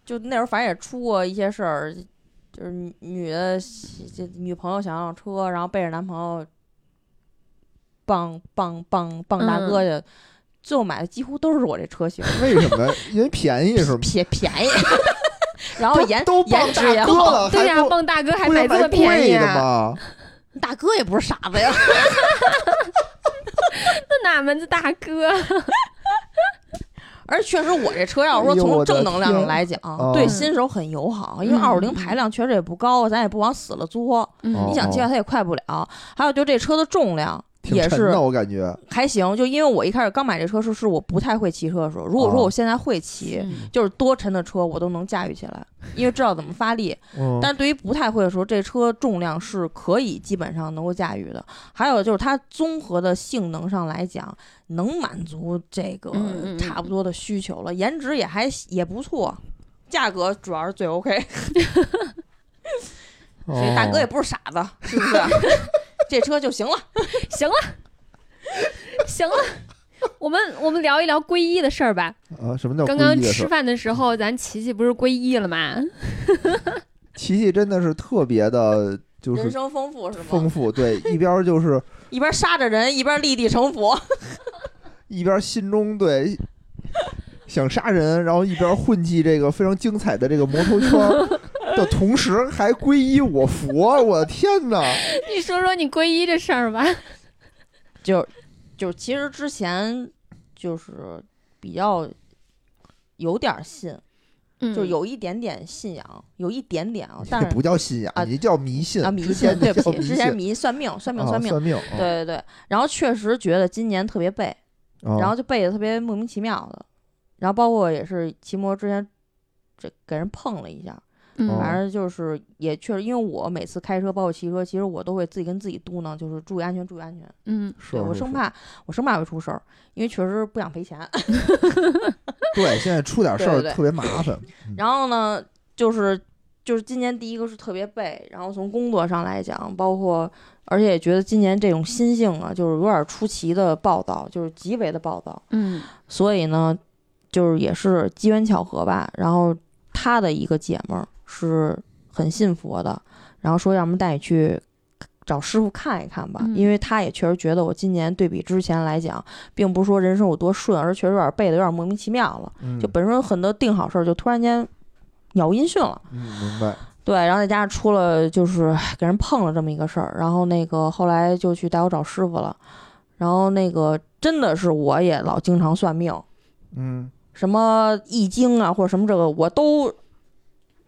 Speaker 4: 就那时候反正也出过一些事儿，就是女女的这女朋友想要车，然后背着男朋友傍傍傍傍大哥去，最后买的几乎都是我这车型，
Speaker 2: 为什么？因为便宜是吗？
Speaker 4: 便便宜， 然后哦颜
Speaker 2: 都都
Speaker 4: 颜
Speaker 2: 傍
Speaker 4: 值也
Speaker 2: 大哥
Speaker 4: 好，
Speaker 2: 了，
Speaker 3: 对
Speaker 2: 还
Speaker 3: 呀、
Speaker 2: 不
Speaker 3: 傍大哥还
Speaker 2: 不
Speaker 3: 买
Speaker 2: 是
Speaker 3: 这么
Speaker 2: 买
Speaker 3: 便宜
Speaker 2: 贵的
Speaker 3: 啊？
Speaker 2: 吗？
Speaker 4: 大哥也不是傻子 呀，
Speaker 3: 那哪门子大哥？啊
Speaker 4: 而且确实我这车要是说
Speaker 2: 哎呦我
Speaker 4: 从
Speaker 2: 的
Speaker 4: 正能量上
Speaker 2: 天
Speaker 4: 来讲，
Speaker 2: 啊
Speaker 4: 对新手很友好，因为
Speaker 3: 嗯
Speaker 4: 二五零排量确实也不高，咱也不往死了作，
Speaker 2: 哦
Speaker 3: 嗯
Speaker 4: 你想借它也快不了，还有就这车的重量。
Speaker 2: 挺
Speaker 4: 也
Speaker 2: 沉
Speaker 4: 是
Speaker 2: 的，我感觉。
Speaker 4: 还行，就因为我一开始刚买这车时，是我不太会骑车的时候。如果说
Speaker 2: 哦
Speaker 4: 我现在会
Speaker 3: 嗯
Speaker 4: 骑，就是多沉的车我都能驾驭起来，因为知道怎么发力。
Speaker 2: 嗯，
Speaker 4: 但是对于不太会的时候，这车重量是可以基本上能够驾驭的。还有就是它综合的性能上来讲，能满足这个
Speaker 3: 嗯嗯嗯
Speaker 4: 差不多的需求了，颜值也还也不错。价格主要是最 OK，所
Speaker 2: 哦
Speaker 4: 以大哥也不是傻子，是不是？这车就行了。
Speaker 3: 行了，行了，我们我们聊一聊皈依的事儿吧。
Speaker 2: 哦啊，什么叫
Speaker 3: 刚刚
Speaker 2: 皈依的
Speaker 3: 吃
Speaker 2: 事儿？
Speaker 3: 嗯饭的时候，咱琪琪不是皈依了吗？
Speaker 2: 琪琪真的是特别的，就
Speaker 4: 人
Speaker 2: 是
Speaker 4: 生丰富是吗？
Speaker 2: 丰富。对，一边儿就是
Speaker 4: 一边杀着人，一边立地成佛。
Speaker 2: 一边儿心中对想杀人，然后一边儿混迹这个非常精彩的这个魔头圈儿的同时，还皈依我佛。我的天哪！
Speaker 3: 你说说你皈依这事儿吧。
Speaker 4: 就就其实之前就是比较有点儿信，
Speaker 3: 嗯
Speaker 4: 就有一点点信仰，有一点点 啊，但
Speaker 2: 这
Speaker 4: 是
Speaker 2: 不叫信仰
Speaker 4: 啊，
Speaker 2: 你叫迷信
Speaker 4: 啊迷
Speaker 2: 之
Speaker 4: 信，
Speaker 2: 前
Speaker 4: 对
Speaker 2: 你
Speaker 4: 不
Speaker 2: 叫
Speaker 4: 起，
Speaker 2: 迷
Speaker 4: 之
Speaker 2: 信
Speaker 4: 前迷算命，算命，
Speaker 2: 啊
Speaker 4: 算命。
Speaker 2: 算命，
Speaker 4: 对对对，然后确实觉得今年特别背，
Speaker 2: 啊，
Speaker 4: 然
Speaker 2: 然
Speaker 4: 后就背的特别莫名其妙的，然后包括也是骑摩之前这给人碰了一下，
Speaker 2: 哦
Speaker 3: 嗯
Speaker 4: 反正就是也确实，因为我每次开车包括骑车，其实我都会自己跟自己嘟囔，就是注意安全，注意安全。
Speaker 3: 嗯，
Speaker 2: 是
Speaker 4: 对我
Speaker 2: 是
Speaker 4: 生
Speaker 2: 是嗯
Speaker 4: 怕我生怕会出事儿，因为确实不想赔钱。
Speaker 2: 对，现在出点事
Speaker 4: 对
Speaker 2: 儿
Speaker 4: 对对
Speaker 2: 特别麻 烦。
Speaker 4: 然后呢，就是就是今年第一个是特别背，然后从工作上来讲，包括而且也觉得今年这种心性啊，就是有点出奇的暴躁，就是极为的暴躁。
Speaker 3: 嗯
Speaker 4: 所以呢，就是也是机缘巧合吧。然后她的一个姐们儿是很信佛的，然后说要么带你去找师傅看一看吧，
Speaker 3: 嗯
Speaker 4: 因为她也确实觉得我今年对比之前来讲，并不是说人生有多顺，而是确实有点背的有点莫名其妙了。
Speaker 2: 嗯
Speaker 4: 就本身很多定好事儿，就突然间鸟音讯了。
Speaker 2: 嗯，明白。
Speaker 4: 对，然后再加上出了就是给人碰了这么一个事儿，然后那个后来就去带我找师傅了，然后那个真的是我也老经常算命，
Speaker 2: 嗯，
Speaker 4: 什么易经啊或者什么这个我都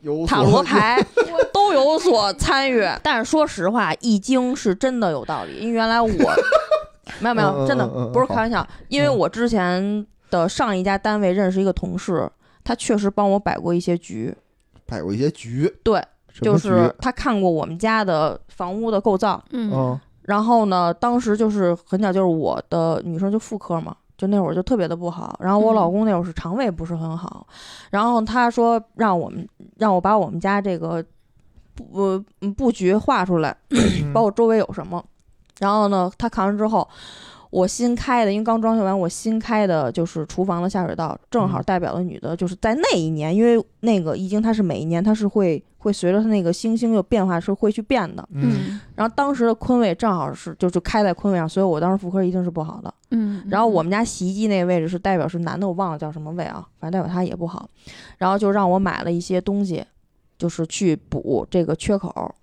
Speaker 2: 有
Speaker 4: 塔
Speaker 2: 所
Speaker 4: 罗牌 我都有所参与，但是说实话，易经是真的有道理，因为原 来我没有没
Speaker 2: 嗯嗯
Speaker 4: 有真的
Speaker 2: 嗯嗯
Speaker 4: 不是
Speaker 2: 好
Speaker 4: 开玩笑，因为我之前的上一家单位认识一个同事，他确实帮我摆过一些局，
Speaker 2: 摆过一些局，
Speaker 4: 对
Speaker 2: 什
Speaker 4: 就
Speaker 2: 么局，
Speaker 4: 是他看过我们家的房屋的构造，
Speaker 3: 嗯
Speaker 2: 嗯
Speaker 4: 然后呢，当时就是很巧，就是我的女生就妇科嘛，就那会儿就特别的不好。然后
Speaker 3: 嗯
Speaker 4: 我老公那会儿是肠胃不是很好，然后他说让我们让我把我们家这个布呃布局画出来，
Speaker 2: 嗯
Speaker 4: 包括周围有什么。然后呢，他看完之后，我新开的，因为刚装修完，我新开的就是厨房的下水道，正好
Speaker 2: 嗯
Speaker 4: 代表了女的，就是在那一年，因为那个易经它是每一年它是会会随着它那个星星有变化是会去变的。
Speaker 2: 嗯
Speaker 3: 嗯
Speaker 4: 然后当时的坤位正好是就就开在坤位上，所以我当时妇科一定是不好的。
Speaker 3: 嗯，
Speaker 4: 然后我们家洗衣机那个位置是代表是男的，我忘了叫什么位啊，反正代表他也不好。然后就让我买了一些东西，就是去补这个缺口。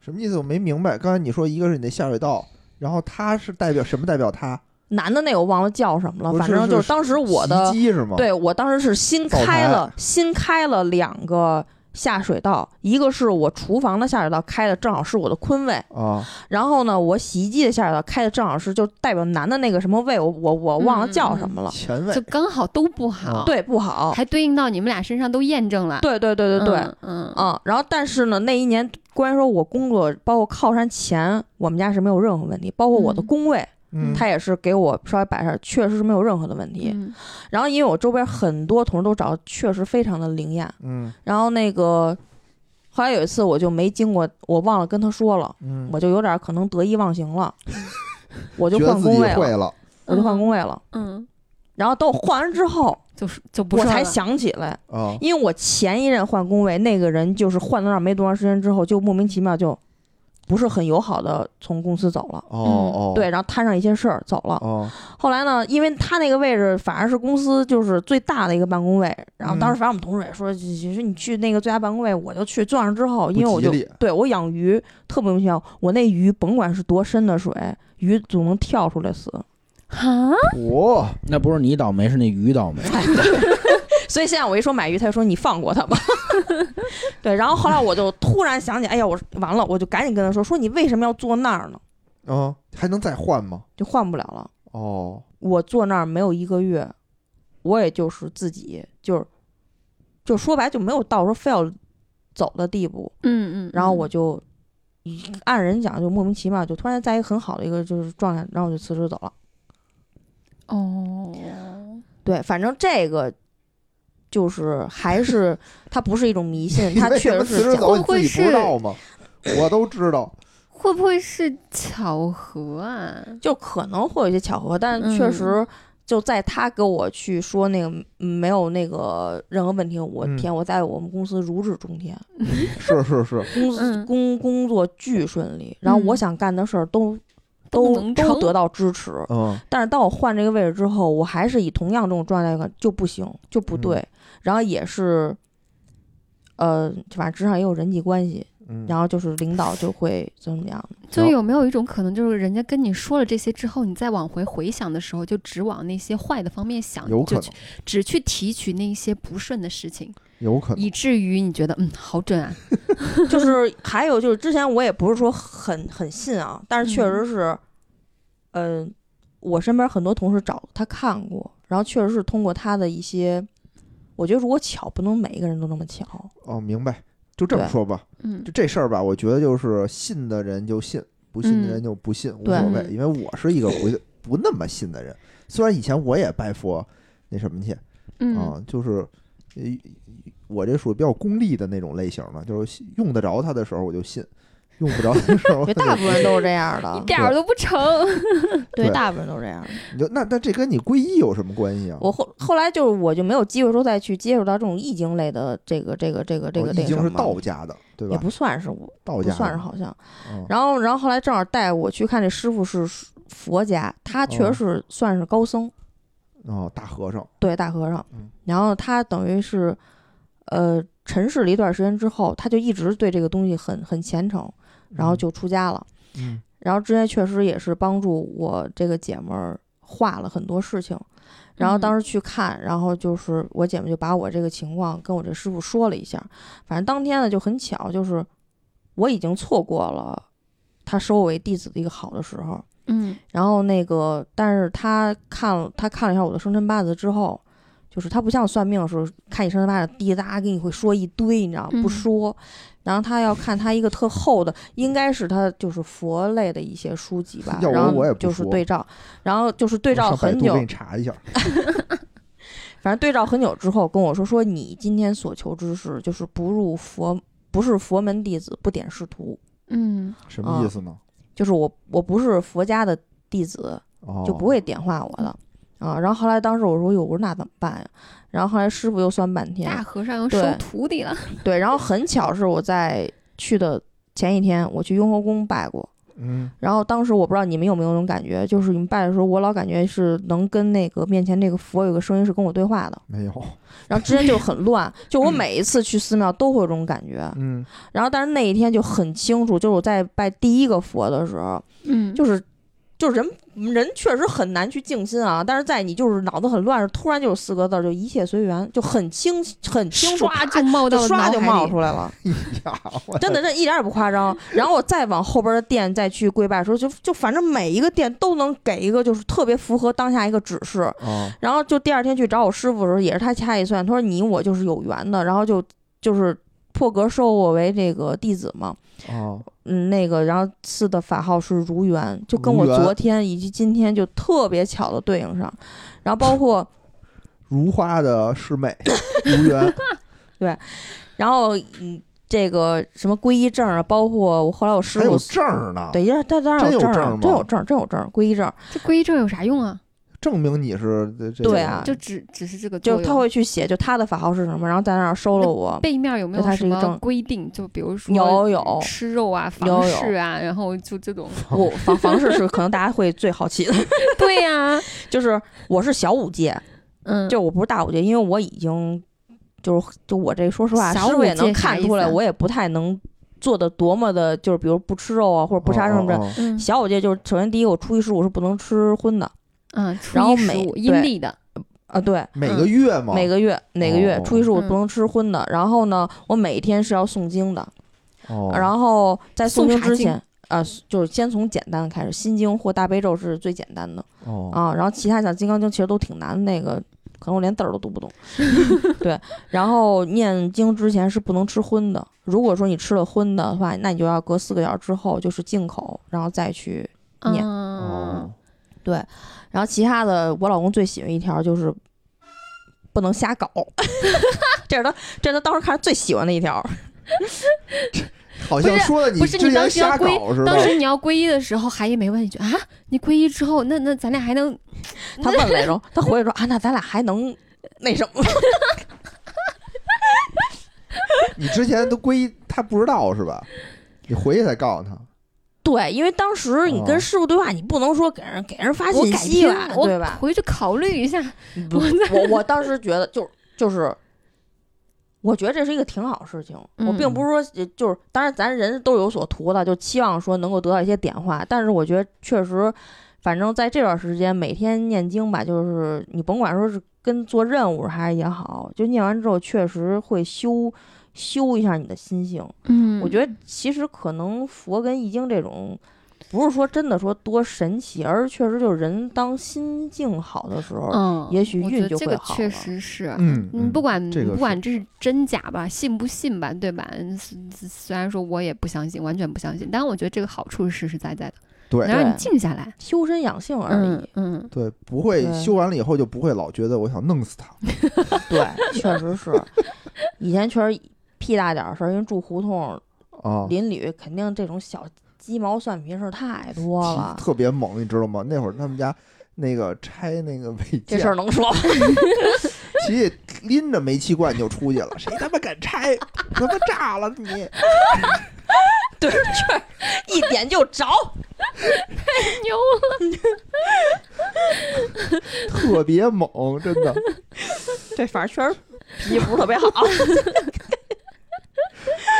Speaker 2: 什么意思？我没明白。刚才你说一个是你的下水道，然后它是代表什么？代表它
Speaker 4: 男的那个我忘了叫什么
Speaker 2: 不
Speaker 4: 了，
Speaker 2: 是
Speaker 4: 反正就是当时我的
Speaker 2: 洗衣机是吗？
Speaker 4: 对我当时是新
Speaker 2: 灶台
Speaker 4: 开了新开了两个下水道，一个是我厨房的下水道开的正好是我的坤位，
Speaker 2: 啊，
Speaker 4: 然后呢我洗衣机的下水道开的正好是就代表男的那个什么位，我我我忘了叫什么了。
Speaker 2: 前卫
Speaker 3: 嗯就刚好都不好，
Speaker 2: 啊，
Speaker 4: 对，不好。
Speaker 3: 还对应到你们俩身上都验证了，
Speaker 4: 对对对对对，
Speaker 3: 嗯嗯
Speaker 4: 啊，然后但是呢，那一年关于说我工作，包括靠山前，我们家是没有任何问题，包括我的
Speaker 3: 嗯
Speaker 4: 工位，
Speaker 2: 嗯，
Speaker 4: 他也是给我稍微摆上，确实是没有任何的问题。
Speaker 3: 嗯
Speaker 4: 然后因为我周边很多同事都找，确实非常的灵验。
Speaker 2: 嗯
Speaker 4: 然后那个后来有一次我就没经过，我忘了跟他说了，
Speaker 2: 嗯，
Speaker 4: 我就有点可能得意忘形了，我就
Speaker 2: 觉得
Speaker 4: 换
Speaker 2: 自
Speaker 4: 工
Speaker 2: 己
Speaker 4: 位
Speaker 2: 会
Speaker 4: 了，
Speaker 2: 了，
Speaker 4: 我就换工位了。
Speaker 3: 嗯，
Speaker 4: 然后等我换完之后，
Speaker 3: 就是就不
Speaker 4: 我
Speaker 3: 是
Speaker 4: 才
Speaker 3: 了
Speaker 4: 想起来，
Speaker 2: 啊，
Speaker 4: 因为我前一任换工位，那个人就是换到那儿没多长时间之后，就莫名其妙就不是很友好的从公司走了。
Speaker 2: 哦哦，
Speaker 4: 对，然后摊上一些事儿走了。
Speaker 2: 哦，
Speaker 4: 后来呢，因为他那个位置反而是公司就是最大的一个办公位，然后当时
Speaker 2: 嗯
Speaker 4: 反正我们同事也说，就就说你去那个最大办公位，我就去。坐上之后，因为我就
Speaker 2: 吉利
Speaker 4: 对我养鱼特莫名其妙，我那鱼甭管是多深的水，鱼总能跳出来死。
Speaker 3: 啊，
Speaker 2: 我
Speaker 5: 那不是你倒霉，是那鱼倒霉。
Speaker 4: 所以现在我一说买鱼，他就说你放过他 吧。对，然后后来我就突然想起，哎呀，我完了，我就赶紧跟他说，说你为什么要坐那儿呢？
Speaker 2: 啊，还能再换吗？
Speaker 4: 就换不了了。
Speaker 2: 哦，
Speaker 4: 我坐那儿没有一个月，我也就是自己就是，就说白就没有到说非要走的地步。
Speaker 3: 嗯嗯，
Speaker 4: 然后我就
Speaker 2: 嗯
Speaker 4: 按人讲，就莫名其妙，就突然在一个很好的一个就是状态，然后我就辞职走了。
Speaker 3: 哦，
Speaker 4: 对，反正这个。就是还是它不是一种迷 信，
Speaker 2: 你
Speaker 4: 它
Speaker 2: 为什
Speaker 4: 确
Speaker 2: 么
Speaker 4: 实
Speaker 2: 辞
Speaker 4: 是
Speaker 2: 职
Speaker 4: 讲
Speaker 2: 走你
Speaker 3: 会不会
Speaker 2: 自己不知
Speaker 3: 是
Speaker 2: 道吗？我都知道，
Speaker 3: 会不会是巧合啊？嗯
Speaker 4: 就可能会有一些巧合，但确实就在他跟我去说那个嗯没有那个任何问题，我
Speaker 2: 嗯
Speaker 4: 天，我在我们公司如日中天，
Speaker 2: 是是是，
Speaker 4: 公司
Speaker 3: 嗯
Speaker 4: 工工作巨顺利，然后我
Speaker 3: 嗯
Speaker 4: 想干的事儿都
Speaker 3: 都
Speaker 4: 都
Speaker 3: 能
Speaker 4: 都
Speaker 3: 成
Speaker 4: 得到支持，
Speaker 2: 嗯，
Speaker 4: 但是当我换这个位置之后，我还是以同样这种状态感就不行，就不对。
Speaker 3: 嗯
Speaker 4: 然后也是，呃，反正职场也有人际关系，
Speaker 2: 嗯
Speaker 4: 然后就是领导就会怎么怎么样。
Speaker 3: 就有没有一种可能，就是人家跟你说了这些之后，你再往回回想的时候，就只往那些坏的方面想，
Speaker 2: 有可
Speaker 3: 就
Speaker 2: 能
Speaker 3: 去，只去提取那些不顺的事情，
Speaker 2: 有可能
Speaker 3: 以，至于你觉得嗯好准啊，
Speaker 4: 就是还有就是之前我也不是说很很信啊，但是确实是，嗯、我身边很多同事找他看过，然后确实是通过他的一些，我觉得如果巧，不能每一个人都那 么巧。
Speaker 2: 哦，明白，就这么
Speaker 4: 对
Speaker 2: 说吧，
Speaker 3: 嗯
Speaker 2: 就这事儿吧，我觉得就是信的人就信，不信的
Speaker 3: 嗯
Speaker 2: 人就不信，无
Speaker 4: 对
Speaker 2: 所谓。
Speaker 3: 嗯
Speaker 2: 因为我是一个不 不那么信的人，虽然以前我也拜佛那什么去
Speaker 3: 嗯
Speaker 2: 啊，就是呃我这属于比较功利的那种类型嘛，就是用得着他的时候我就信，用不着的时候
Speaker 4: 因为大部分人都是这样
Speaker 3: 一
Speaker 4: 的，
Speaker 3: 点儿都不成，
Speaker 4: 对，
Speaker 2: 对
Speaker 4: 大部分人都是这样的。
Speaker 2: 你就那那这跟你皈依有什么关系啊？
Speaker 4: 我后后来就是我就没有机会说再去接触到这种易经类的这个这个这个这个
Speaker 2: 哦
Speaker 4: 这
Speaker 2: 易
Speaker 4: 个
Speaker 2: 经
Speaker 4: 什
Speaker 2: 是
Speaker 4: 么
Speaker 2: 道家的，对
Speaker 4: 也
Speaker 2: 吧？
Speaker 4: 不算是我
Speaker 2: 道
Speaker 4: 不
Speaker 2: 家
Speaker 4: 算是
Speaker 2: 的
Speaker 4: 好像。
Speaker 2: 嗯
Speaker 4: 然后然后后来正好带我去看这师傅是佛家，他确实是算是高僧，
Speaker 2: 哦，大和尚，
Speaker 4: 对大和尚
Speaker 2: 嗯。
Speaker 4: 然后他等于是呃尘世了一段时间之后，他就一直对这个东西很很虔诚，然后就出家了。
Speaker 2: 嗯，
Speaker 4: 然后之前确实也是帮助我这个姐们儿化了很多事情。然后当时去看，然后就是我姐妹就把我这个情况跟我这师傅说了一下。反正当天呢就很巧，就是我已经错过了他收我为弟子的一个好的时候。
Speaker 3: 嗯
Speaker 4: 然后那个，但是他看了他看了一下我的生辰八字之后，就是他不像算命的时候看你生辰八字滴答给你会说一堆，你知道吗
Speaker 3: 嗯
Speaker 4: 不说。然后他要看他一个特厚的，应该是他就是佛类的一些书籍 吧
Speaker 2: 要我
Speaker 4: 然后
Speaker 2: 我也不
Speaker 4: 就是
Speaker 2: 说
Speaker 4: 对照，然后就是对
Speaker 2: 我
Speaker 4: 照
Speaker 2: 上百
Speaker 4: 很嗯
Speaker 2: 度
Speaker 4: 久
Speaker 2: 给你，查一下，
Speaker 4: 反正对照很久之后跟我说说你今天所求之事就是不入佛，不是佛门弟子，不点仕途，
Speaker 3: 嗯
Speaker 2: 什么意
Speaker 4: 啊
Speaker 2: 思呢？
Speaker 4: 就是我我不是佛家的弟子，
Speaker 2: 哦，
Speaker 4: 就不会点化我的啊。然后后来当时我说哟，我说那怎么办呀？然后后来师傅又算半天
Speaker 3: 大，和尚又
Speaker 4: 对
Speaker 3: 收徒弟了，
Speaker 4: 对，然后很巧是我在去的前一天，我去雍和宫拜过。
Speaker 2: 嗯，
Speaker 4: 然后当时我不知道你们有没有那种感觉，就是你们拜的时候，我老感觉是能跟那个面前这个佛有个声音是跟我对话的。
Speaker 2: 没 有，
Speaker 4: 然后之前就很乱，就我每一次去寺庙都会有这种感觉。
Speaker 2: 嗯，
Speaker 4: 然后但是那一天就很清楚，就是我在拜第一个佛的时候，
Speaker 3: 嗯
Speaker 4: 就是就是人人确实很难去静心啊，但是在你就是脑子很乱时，突然就有四个字儿，就一切随缘，就很清很清楚，
Speaker 3: 唰
Speaker 4: 啪
Speaker 3: 就冒到
Speaker 4: 就
Speaker 3: 了
Speaker 4: 刷就
Speaker 3: 脑海
Speaker 4: 冒
Speaker 3: 里
Speaker 4: 出 来了，
Speaker 2: 哎呀，我
Speaker 4: 真的这一点儿也不夸张。然后我再往后边的店再去跪拜的时候，就就反正每一个店都能给一个就是特别符合当下一个指示。
Speaker 2: 啊，
Speaker 4: 然后就第二天去找我师傅的时候，也是他掐一算，他说你我就是有缘的，然后就就是破格收我为这个弟子嘛。
Speaker 2: 哦，
Speaker 4: 嗯，那个，然后赐的法号是如缘，就跟
Speaker 2: 如
Speaker 4: 我
Speaker 2: 缘
Speaker 4: 昨天以及今天就特别巧的对应上，然后 包括，
Speaker 2: 如花的师妹 如缘，
Speaker 4: 然后嗯，这个什么皈依证啊，包括我后来我师
Speaker 2: 还有
Speaker 4: 傅，
Speaker 2: 证儿呢，
Speaker 4: 对，呀，当当然
Speaker 2: 真有
Speaker 4: 证儿
Speaker 2: 证
Speaker 4: 啊
Speaker 2: 儿
Speaker 4: 真有
Speaker 2: 吗
Speaker 4: 证儿，真有证儿，皈依证儿，
Speaker 3: 这皈依证有啥用啊？
Speaker 2: 证明你是这这个
Speaker 4: 对啊
Speaker 3: 就只只是这个
Speaker 4: 就
Speaker 3: 作
Speaker 4: 他
Speaker 3: 用
Speaker 4: 会去写，就他的法号是什么，然后在那儿收了我，
Speaker 3: 背面有没
Speaker 4: 对它
Speaker 3: 有
Speaker 4: 是
Speaker 3: 什
Speaker 4: 一个
Speaker 3: 么
Speaker 4: 正
Speaker 3: 规定？就比如说
Speaker 4: 有有
Speaker 3: 吃肉啊、
Speaker 4: 有
Speaker 3: 房
Speaker 4: 有
Speaker 3: 事啊，然后就这种。
Speaker 4: 我房房事是可能大家会最好奇的，
Speaker 3: 对呀，
Speaker 4: 就是我是小五戒，
Speaker 3: 嗯，
Speaker 4: 就我不是大五戒，因为我已经就是就我这说实话，
Speaker 3: 小
Speaker 4: 师傅
Speaker 3: 五
Speaker 4: 也能
Speaker 3: 戒啥
Speaker 4: 看
Speaker 3: 意
Speaker 4: 出
Speaker 3: 思
Speaker 4: 来，
Speaker 3: 啊
Speaker 4: 我也不太能做的多么的，就是比如不吃肉啊，或者不杀生
Speaker 2: 哦
Speaker 4: 这。
Speaker 2: 哦哦
Speaker 3: 嗯
Speaker 4: 小五戒就是，首先第一个，我初一十五是不能吃荤的
Speaker 3: 嗯，初
Speaker 4: 然后
Speaker 3: 一十
Speaker 4: 每
Speaker 3: 五
Speaker 4: 对
Speaker 3: 阴历的，
Speaker 4: 啊，对，
Speaker 2: 每个月嘛，
Speaker 4: 每个月哪个月
Speaker 2: 哦
Speaker 4: 初一十五不
Speaker 3: 嗯
Speaker 4: 能吃荤的。然后呢，我每天是要诵经的，
Speaker 2: 哦，
Speaker 4: 然后在诵
Speaker 3: 诵
Speaker 4: 经
Speaker 3: 啥
Speaker 4: 之
Speaker 3: 经
Speaker 4: 前。啊，就是先从简单的开始，心经或大悲咒是最简单的
Speaker 2: 哦，
Speaker 4: 啊，然后其他像金刚经其实都挺难的，那个可能我连字儿都 读不懂。对，然后念经之前是不能吃荤的，如果说你吃了荤的话，那你就要隔四个小时之后就是进口，然后再去念
Speaker 2: 哦
Speaker 3: 嗯，
Speaker 4: 对，然后其他的，我老公最喜欢一条就是不能 瞎搞，这是他这是他当时看着最喜欢的一条。
Speaker 2: 好像说的你
Speaker 3: 不是
Speaker 2: 之
Speaker 3: 你当
Speaker 2: 前
Speaker 3: 时要
Speaker 2: 瞎
Speaker 3: 归
Speaker 2: 搞似
Speaker 3: 当
Speaker 2: 的。
Speaker 3: 时你要皈依的时候，韩一没问一句啊，你皈依之后，那那咱俩还能
Speaker 4: 他问来着，他回来说啊，那咱俩还能那什么？
Speaker 2: 你之前都归他不知道是吧？你回去才告诉他。
Speaker 4: 对，因为当时你
Speaker 2: 哦
Speaker 4: 跟师傅对话，你不能说给人给人发
Speaker 3: 我
Speaker 4: 信
Speaker 3: 改
Speaker 4: 息
Speaker 3: 天
Speaker 4: 吧，
Speaker 3: 我
Speaker 4: 对吧？
Speaker 3: 回去考虑一下，
Speaker 4: 不我我当时觉得就就是，我觉得这是一个挺好的事情。我
Speaker 3: 嗯
Speaker 4: 并不是说呃就是，当然咱人都有所图的，就期望说能够得到一些点化。但是我觉得确实，反正在这段时间每天念经吧，就是你甭管说是跟做任务还是也好，就念完之后确实会修修一下你的心性。
Speaker 3: 嗯
Speaker 4: 我觉得其实可能佛跟易经这种。不是说真的说多神奇，而确实就是人当心境好的时候，
Speaker 3: 嗯，
Speaker 4: 也许
Speaker 3: 我
Speaker 4: 运
Speaker 3: 觉得
Speaker 4: 就
Speaker 3: 这
Speaker 4: 会
Speaker 3: 个
Speaker 4: 好
Speaker 3: 确
Speaker 4: 了
Speaker 3: 实是，
Speaker 2: 嗯
Speaker 3: 嗯，不管、
Speaker 2: 这个
Speaker 3: 不
Speaker 2: 是
Speaker 3: 管这是真假吧，信不信吧，对吧？嗯虽虽然说我也不相信，完全不相信，但是我觉得这个好处是实实在在的，
Speaker 2: 对
Speaker 3: 能让你
Speaker 4: 对
Speaker 3: 静下来。
Speaker 4: 修身养性而已。
Speaker 3: 嗯嗯，
Speaker 2: 对，不会
Speaker 4: 对
Speaker 2: 修完了以后就不会老觉得我想弄死他。
Speaker 4: 对， 确实是，以前确实屁大点儿事儿，因为住胡同
Speaker 2: 啊，
Speaker 4: 邻里，肯定这种小鸡毛蒜皮事儿太多了。
Speaker 2: 特别猛，你知道吗？那会儿他们家那个拆那个煤
Speaker 4: 这
Speaker 2: 气
Speaker 4: 事，儿能 说吗？
Speaker 2: 琪拎着煤气罐就出去了，谁他妈敢拆？他妈炸了你！
Speaker 4: 对，这一点就着。
Speaker 3: 牛
Speaker 2: 特别猛，真的。
Speaker 4: 对，反正确实脾气不是特别好。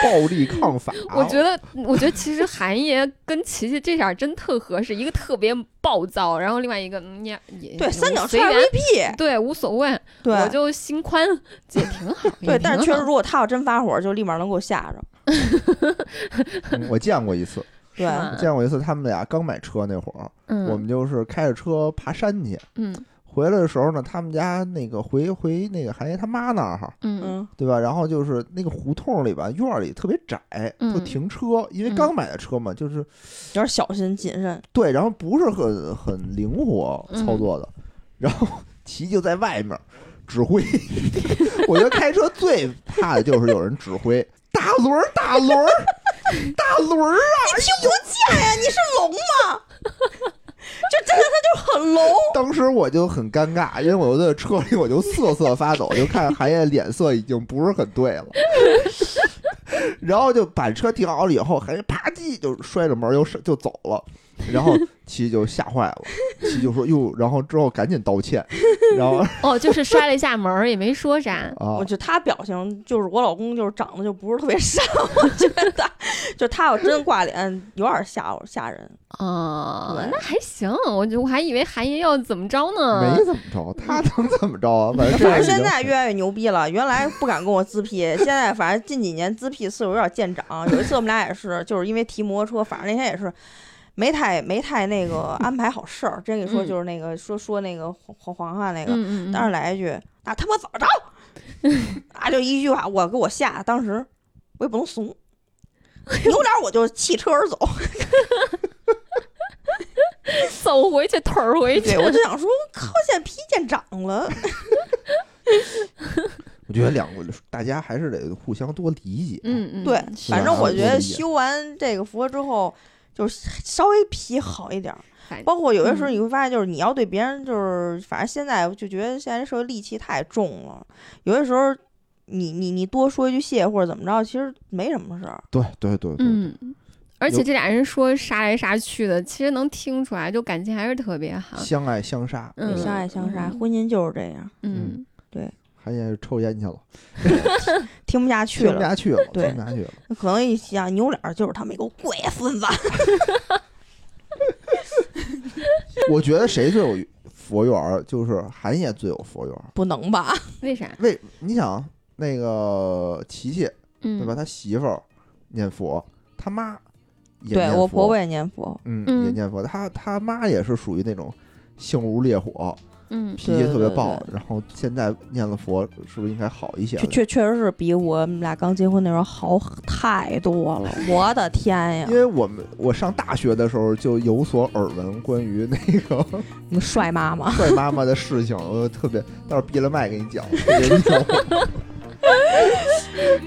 Speaker 2: 暴力抗法。
Speaker 3: 我觉得，我觉得其实韩爷跟琪琪这点儿真特合适，一个特别暴躁，然后另外一个嗯也也
Speaker 4: 对，
Speaker 3: 我
Speaker 4: 三角
Speaker 3: 随
Speaker 4: 叉
Speaker 3: 缘，
Speaker 4: VP。
Speaker 3: 对无所谓，我
Speaker 4: 对
Speaker 3: 就心宽，也挺好。也
Speaker 4: 对，但是
Speaker 3: 挺
Speaker 4: 确实，
Speaker 3: 好
Speaker 4: 如果他要真发火，就立马能给我吓着。
Speaker 2: 嗯我见过一次，
Speaker 3: 是
Speaker 4: 对
Speaker 3: 吧
Speaker 2: 见过一次，他们俩刚买车那会儿，
Speaker 3: 嗯
Speaker 2: 我们就是开着车爬山去。
Speaker 3: 嗯
Speaker 2: 回来的时候呢，他们家那个回回那个韩爷他妈那儿哈，
Speaker 3: 嗯
Speaker 4: 嗯，
Speaker 2: 对吧？然后就是那个胡同里吧，院儿里特别窄，
Speaker 3: 嗯
Speaker 2: 就停车，因为刚买的车嘛，就是
Speaker 4: 有点小心谨慎。
Speaker 2: 对，然后不是很很灵活
Speaker 3: 嗯
Speaker 2: 操作的，然后 骑就在外面指挥。 我觉得开车最怕的就是有人指挥，大轮儿，大轮儿，大轮儿啊！
Speaker 4: 听不见呀？你是聋 吗？就真的，他就很聋。
Speaker 2: 当时我就很尴尬，因为我在车里我就瑟瑟发抖，就看韩烨脸色已经不是很对了。 然后就把车停好了以后，韩烨啪叽就摔着门儿又是就走了，然后琪就吓坏了，琪就说哟，然后之后赶紧道歉， 然后
Speaker 3: 哦，就是摔了一下门儿，也没说啥。
Speaker 2: 啊
Speaker 4: 我，觉得他表情就是我老公，就是长得就不是特别善，我觉得，就他要真挂脸，有点吓我吓人。
Speaker 3: 哦，
Speaker 4: 对
Speaker 3: 那还行，我就我还以为韩爷要怎么着呢
Speaker 2: 没。怎么着，他能怎么着啊？反正这
Speaker 4: 嗯反
Speaker 2: 样
Speaker 4: 正
Speaker 2: 已经
Speaker 4: 现在越来越牛逼了，原来不敢跟我自闭，现在反正近几年自闭次数有点见长。有一次我们俩也是，就是因为提摩托车，反正那天也是。没太没 太那个安排好事儿，真跟你说
Speaker 3: 嗯
Speaker 4: 就是那个、说说那个黄黄黄汉那个，
Speaker 3: 嗯嗯
Speaker 4: 当时来一句啊他妈 怎么着，啊就一句话，我给我吓，当时我也不 能怂，有脸我就弃车而走。
Speaker 3: 嗯，走回去，腿儿回去
Speaker 4: 对，。我就想说，靠，现在脾气见长了，
Speaker 2: 我觉得两个大家还是得互相多理解，
Speaker 3: 嗯嗯，
Speaker 4: 对，
Speaker 3: 是
Speaker 4: 反正
Speaker 2: 啊
Speaker 4: 我
Speaker 2: 我
Speaker 4: 觉得
Speaker 2: 理解
Speaker 4: 修完这个佛之后，就是稍微脾气好一点儿
Speaker 3: 反。
Speaker 4: 包括有些时候你会发现，就是你要对别人，就是反正现在就觉得现在这社会戾气太重了，有些时候。你你你多说一句谢或者怎么着，其实没什么事儿。
Speaker 2: 对对对对，
Speaker 3: 嗯。而且这俩人说杀来杀去的，其实能听出来，就感情还是特别好。
Speaker 2: 相爱相杀，
Speaker 3: 嗯
Speaker 4: 相爱相杀，
Speaker 3: 嗯
Speaker 4: 婚姻就是这样，
Speaker 3: 嗯，
Speaker 2: 韩烨抽烟去了，
Speaker 4: 听不下去
Speaker 2: 听不
Speaker 4: 了。
Speaker 2: 下去了，
Speaker 4: 对
Speaker 2: 听不下去了。
Speaker 4: 可能一想扭脸儿就是他没给我跪呀孙子。
Speaker 2: 我觉得谁最有佛缘儿，就是韩烨最有佛缘儿。
Speaker 4: 不能吧？
Speaker 3: 为啥？
Speaker 2: 为你想那个琪琪
Speaker 3: 嗯，
Speaker 2: 对吧？？他媳妇儿念佛，他妈也
Speaker 4: 对
Speaker 2: 念
Speaker 4: 我
Speaker 2: 佛
Speaker 4: 婆婆，也念佛，
Speaker 2: 嗯，
Speaker 3: 嗯
Speaker 2: 也念佛。他他妈也是属于那种性如烈火，
Speaker 3: 嗯
Speaker 2: 脾气特别
Speaker 4: 对
Speaker 2: 暴
Speaker 4: 对。
Speaker 2: 然后现在念了佛，是不是应该好一些了
Speaker 4: 确？确确实是比我们俩刚结婚那时候好太多了，我的天呀
Speaker 2: 因！为我们我上大学的时候就有所耳闻关于那个
Speaker 4: 什么帅妈妈，
Speaker 2: 帅妈 妈的事情，我特别，到时候闭了麦给你讲，特别牛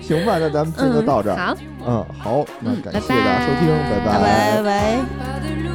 Speaker 2: 行吧，那咱们今儿就到这儿。
Speaker 3: 好，
Speaker 2: 嗯，好，那
Speaker 3: 嗯
Speaker 2: 感
Speaker 3: 拜
Speaker 2: 谢大家收听，
Speaker 3: 拜
Speaker 4: 拜拜拜。
Speaker 1: Pas de l'eau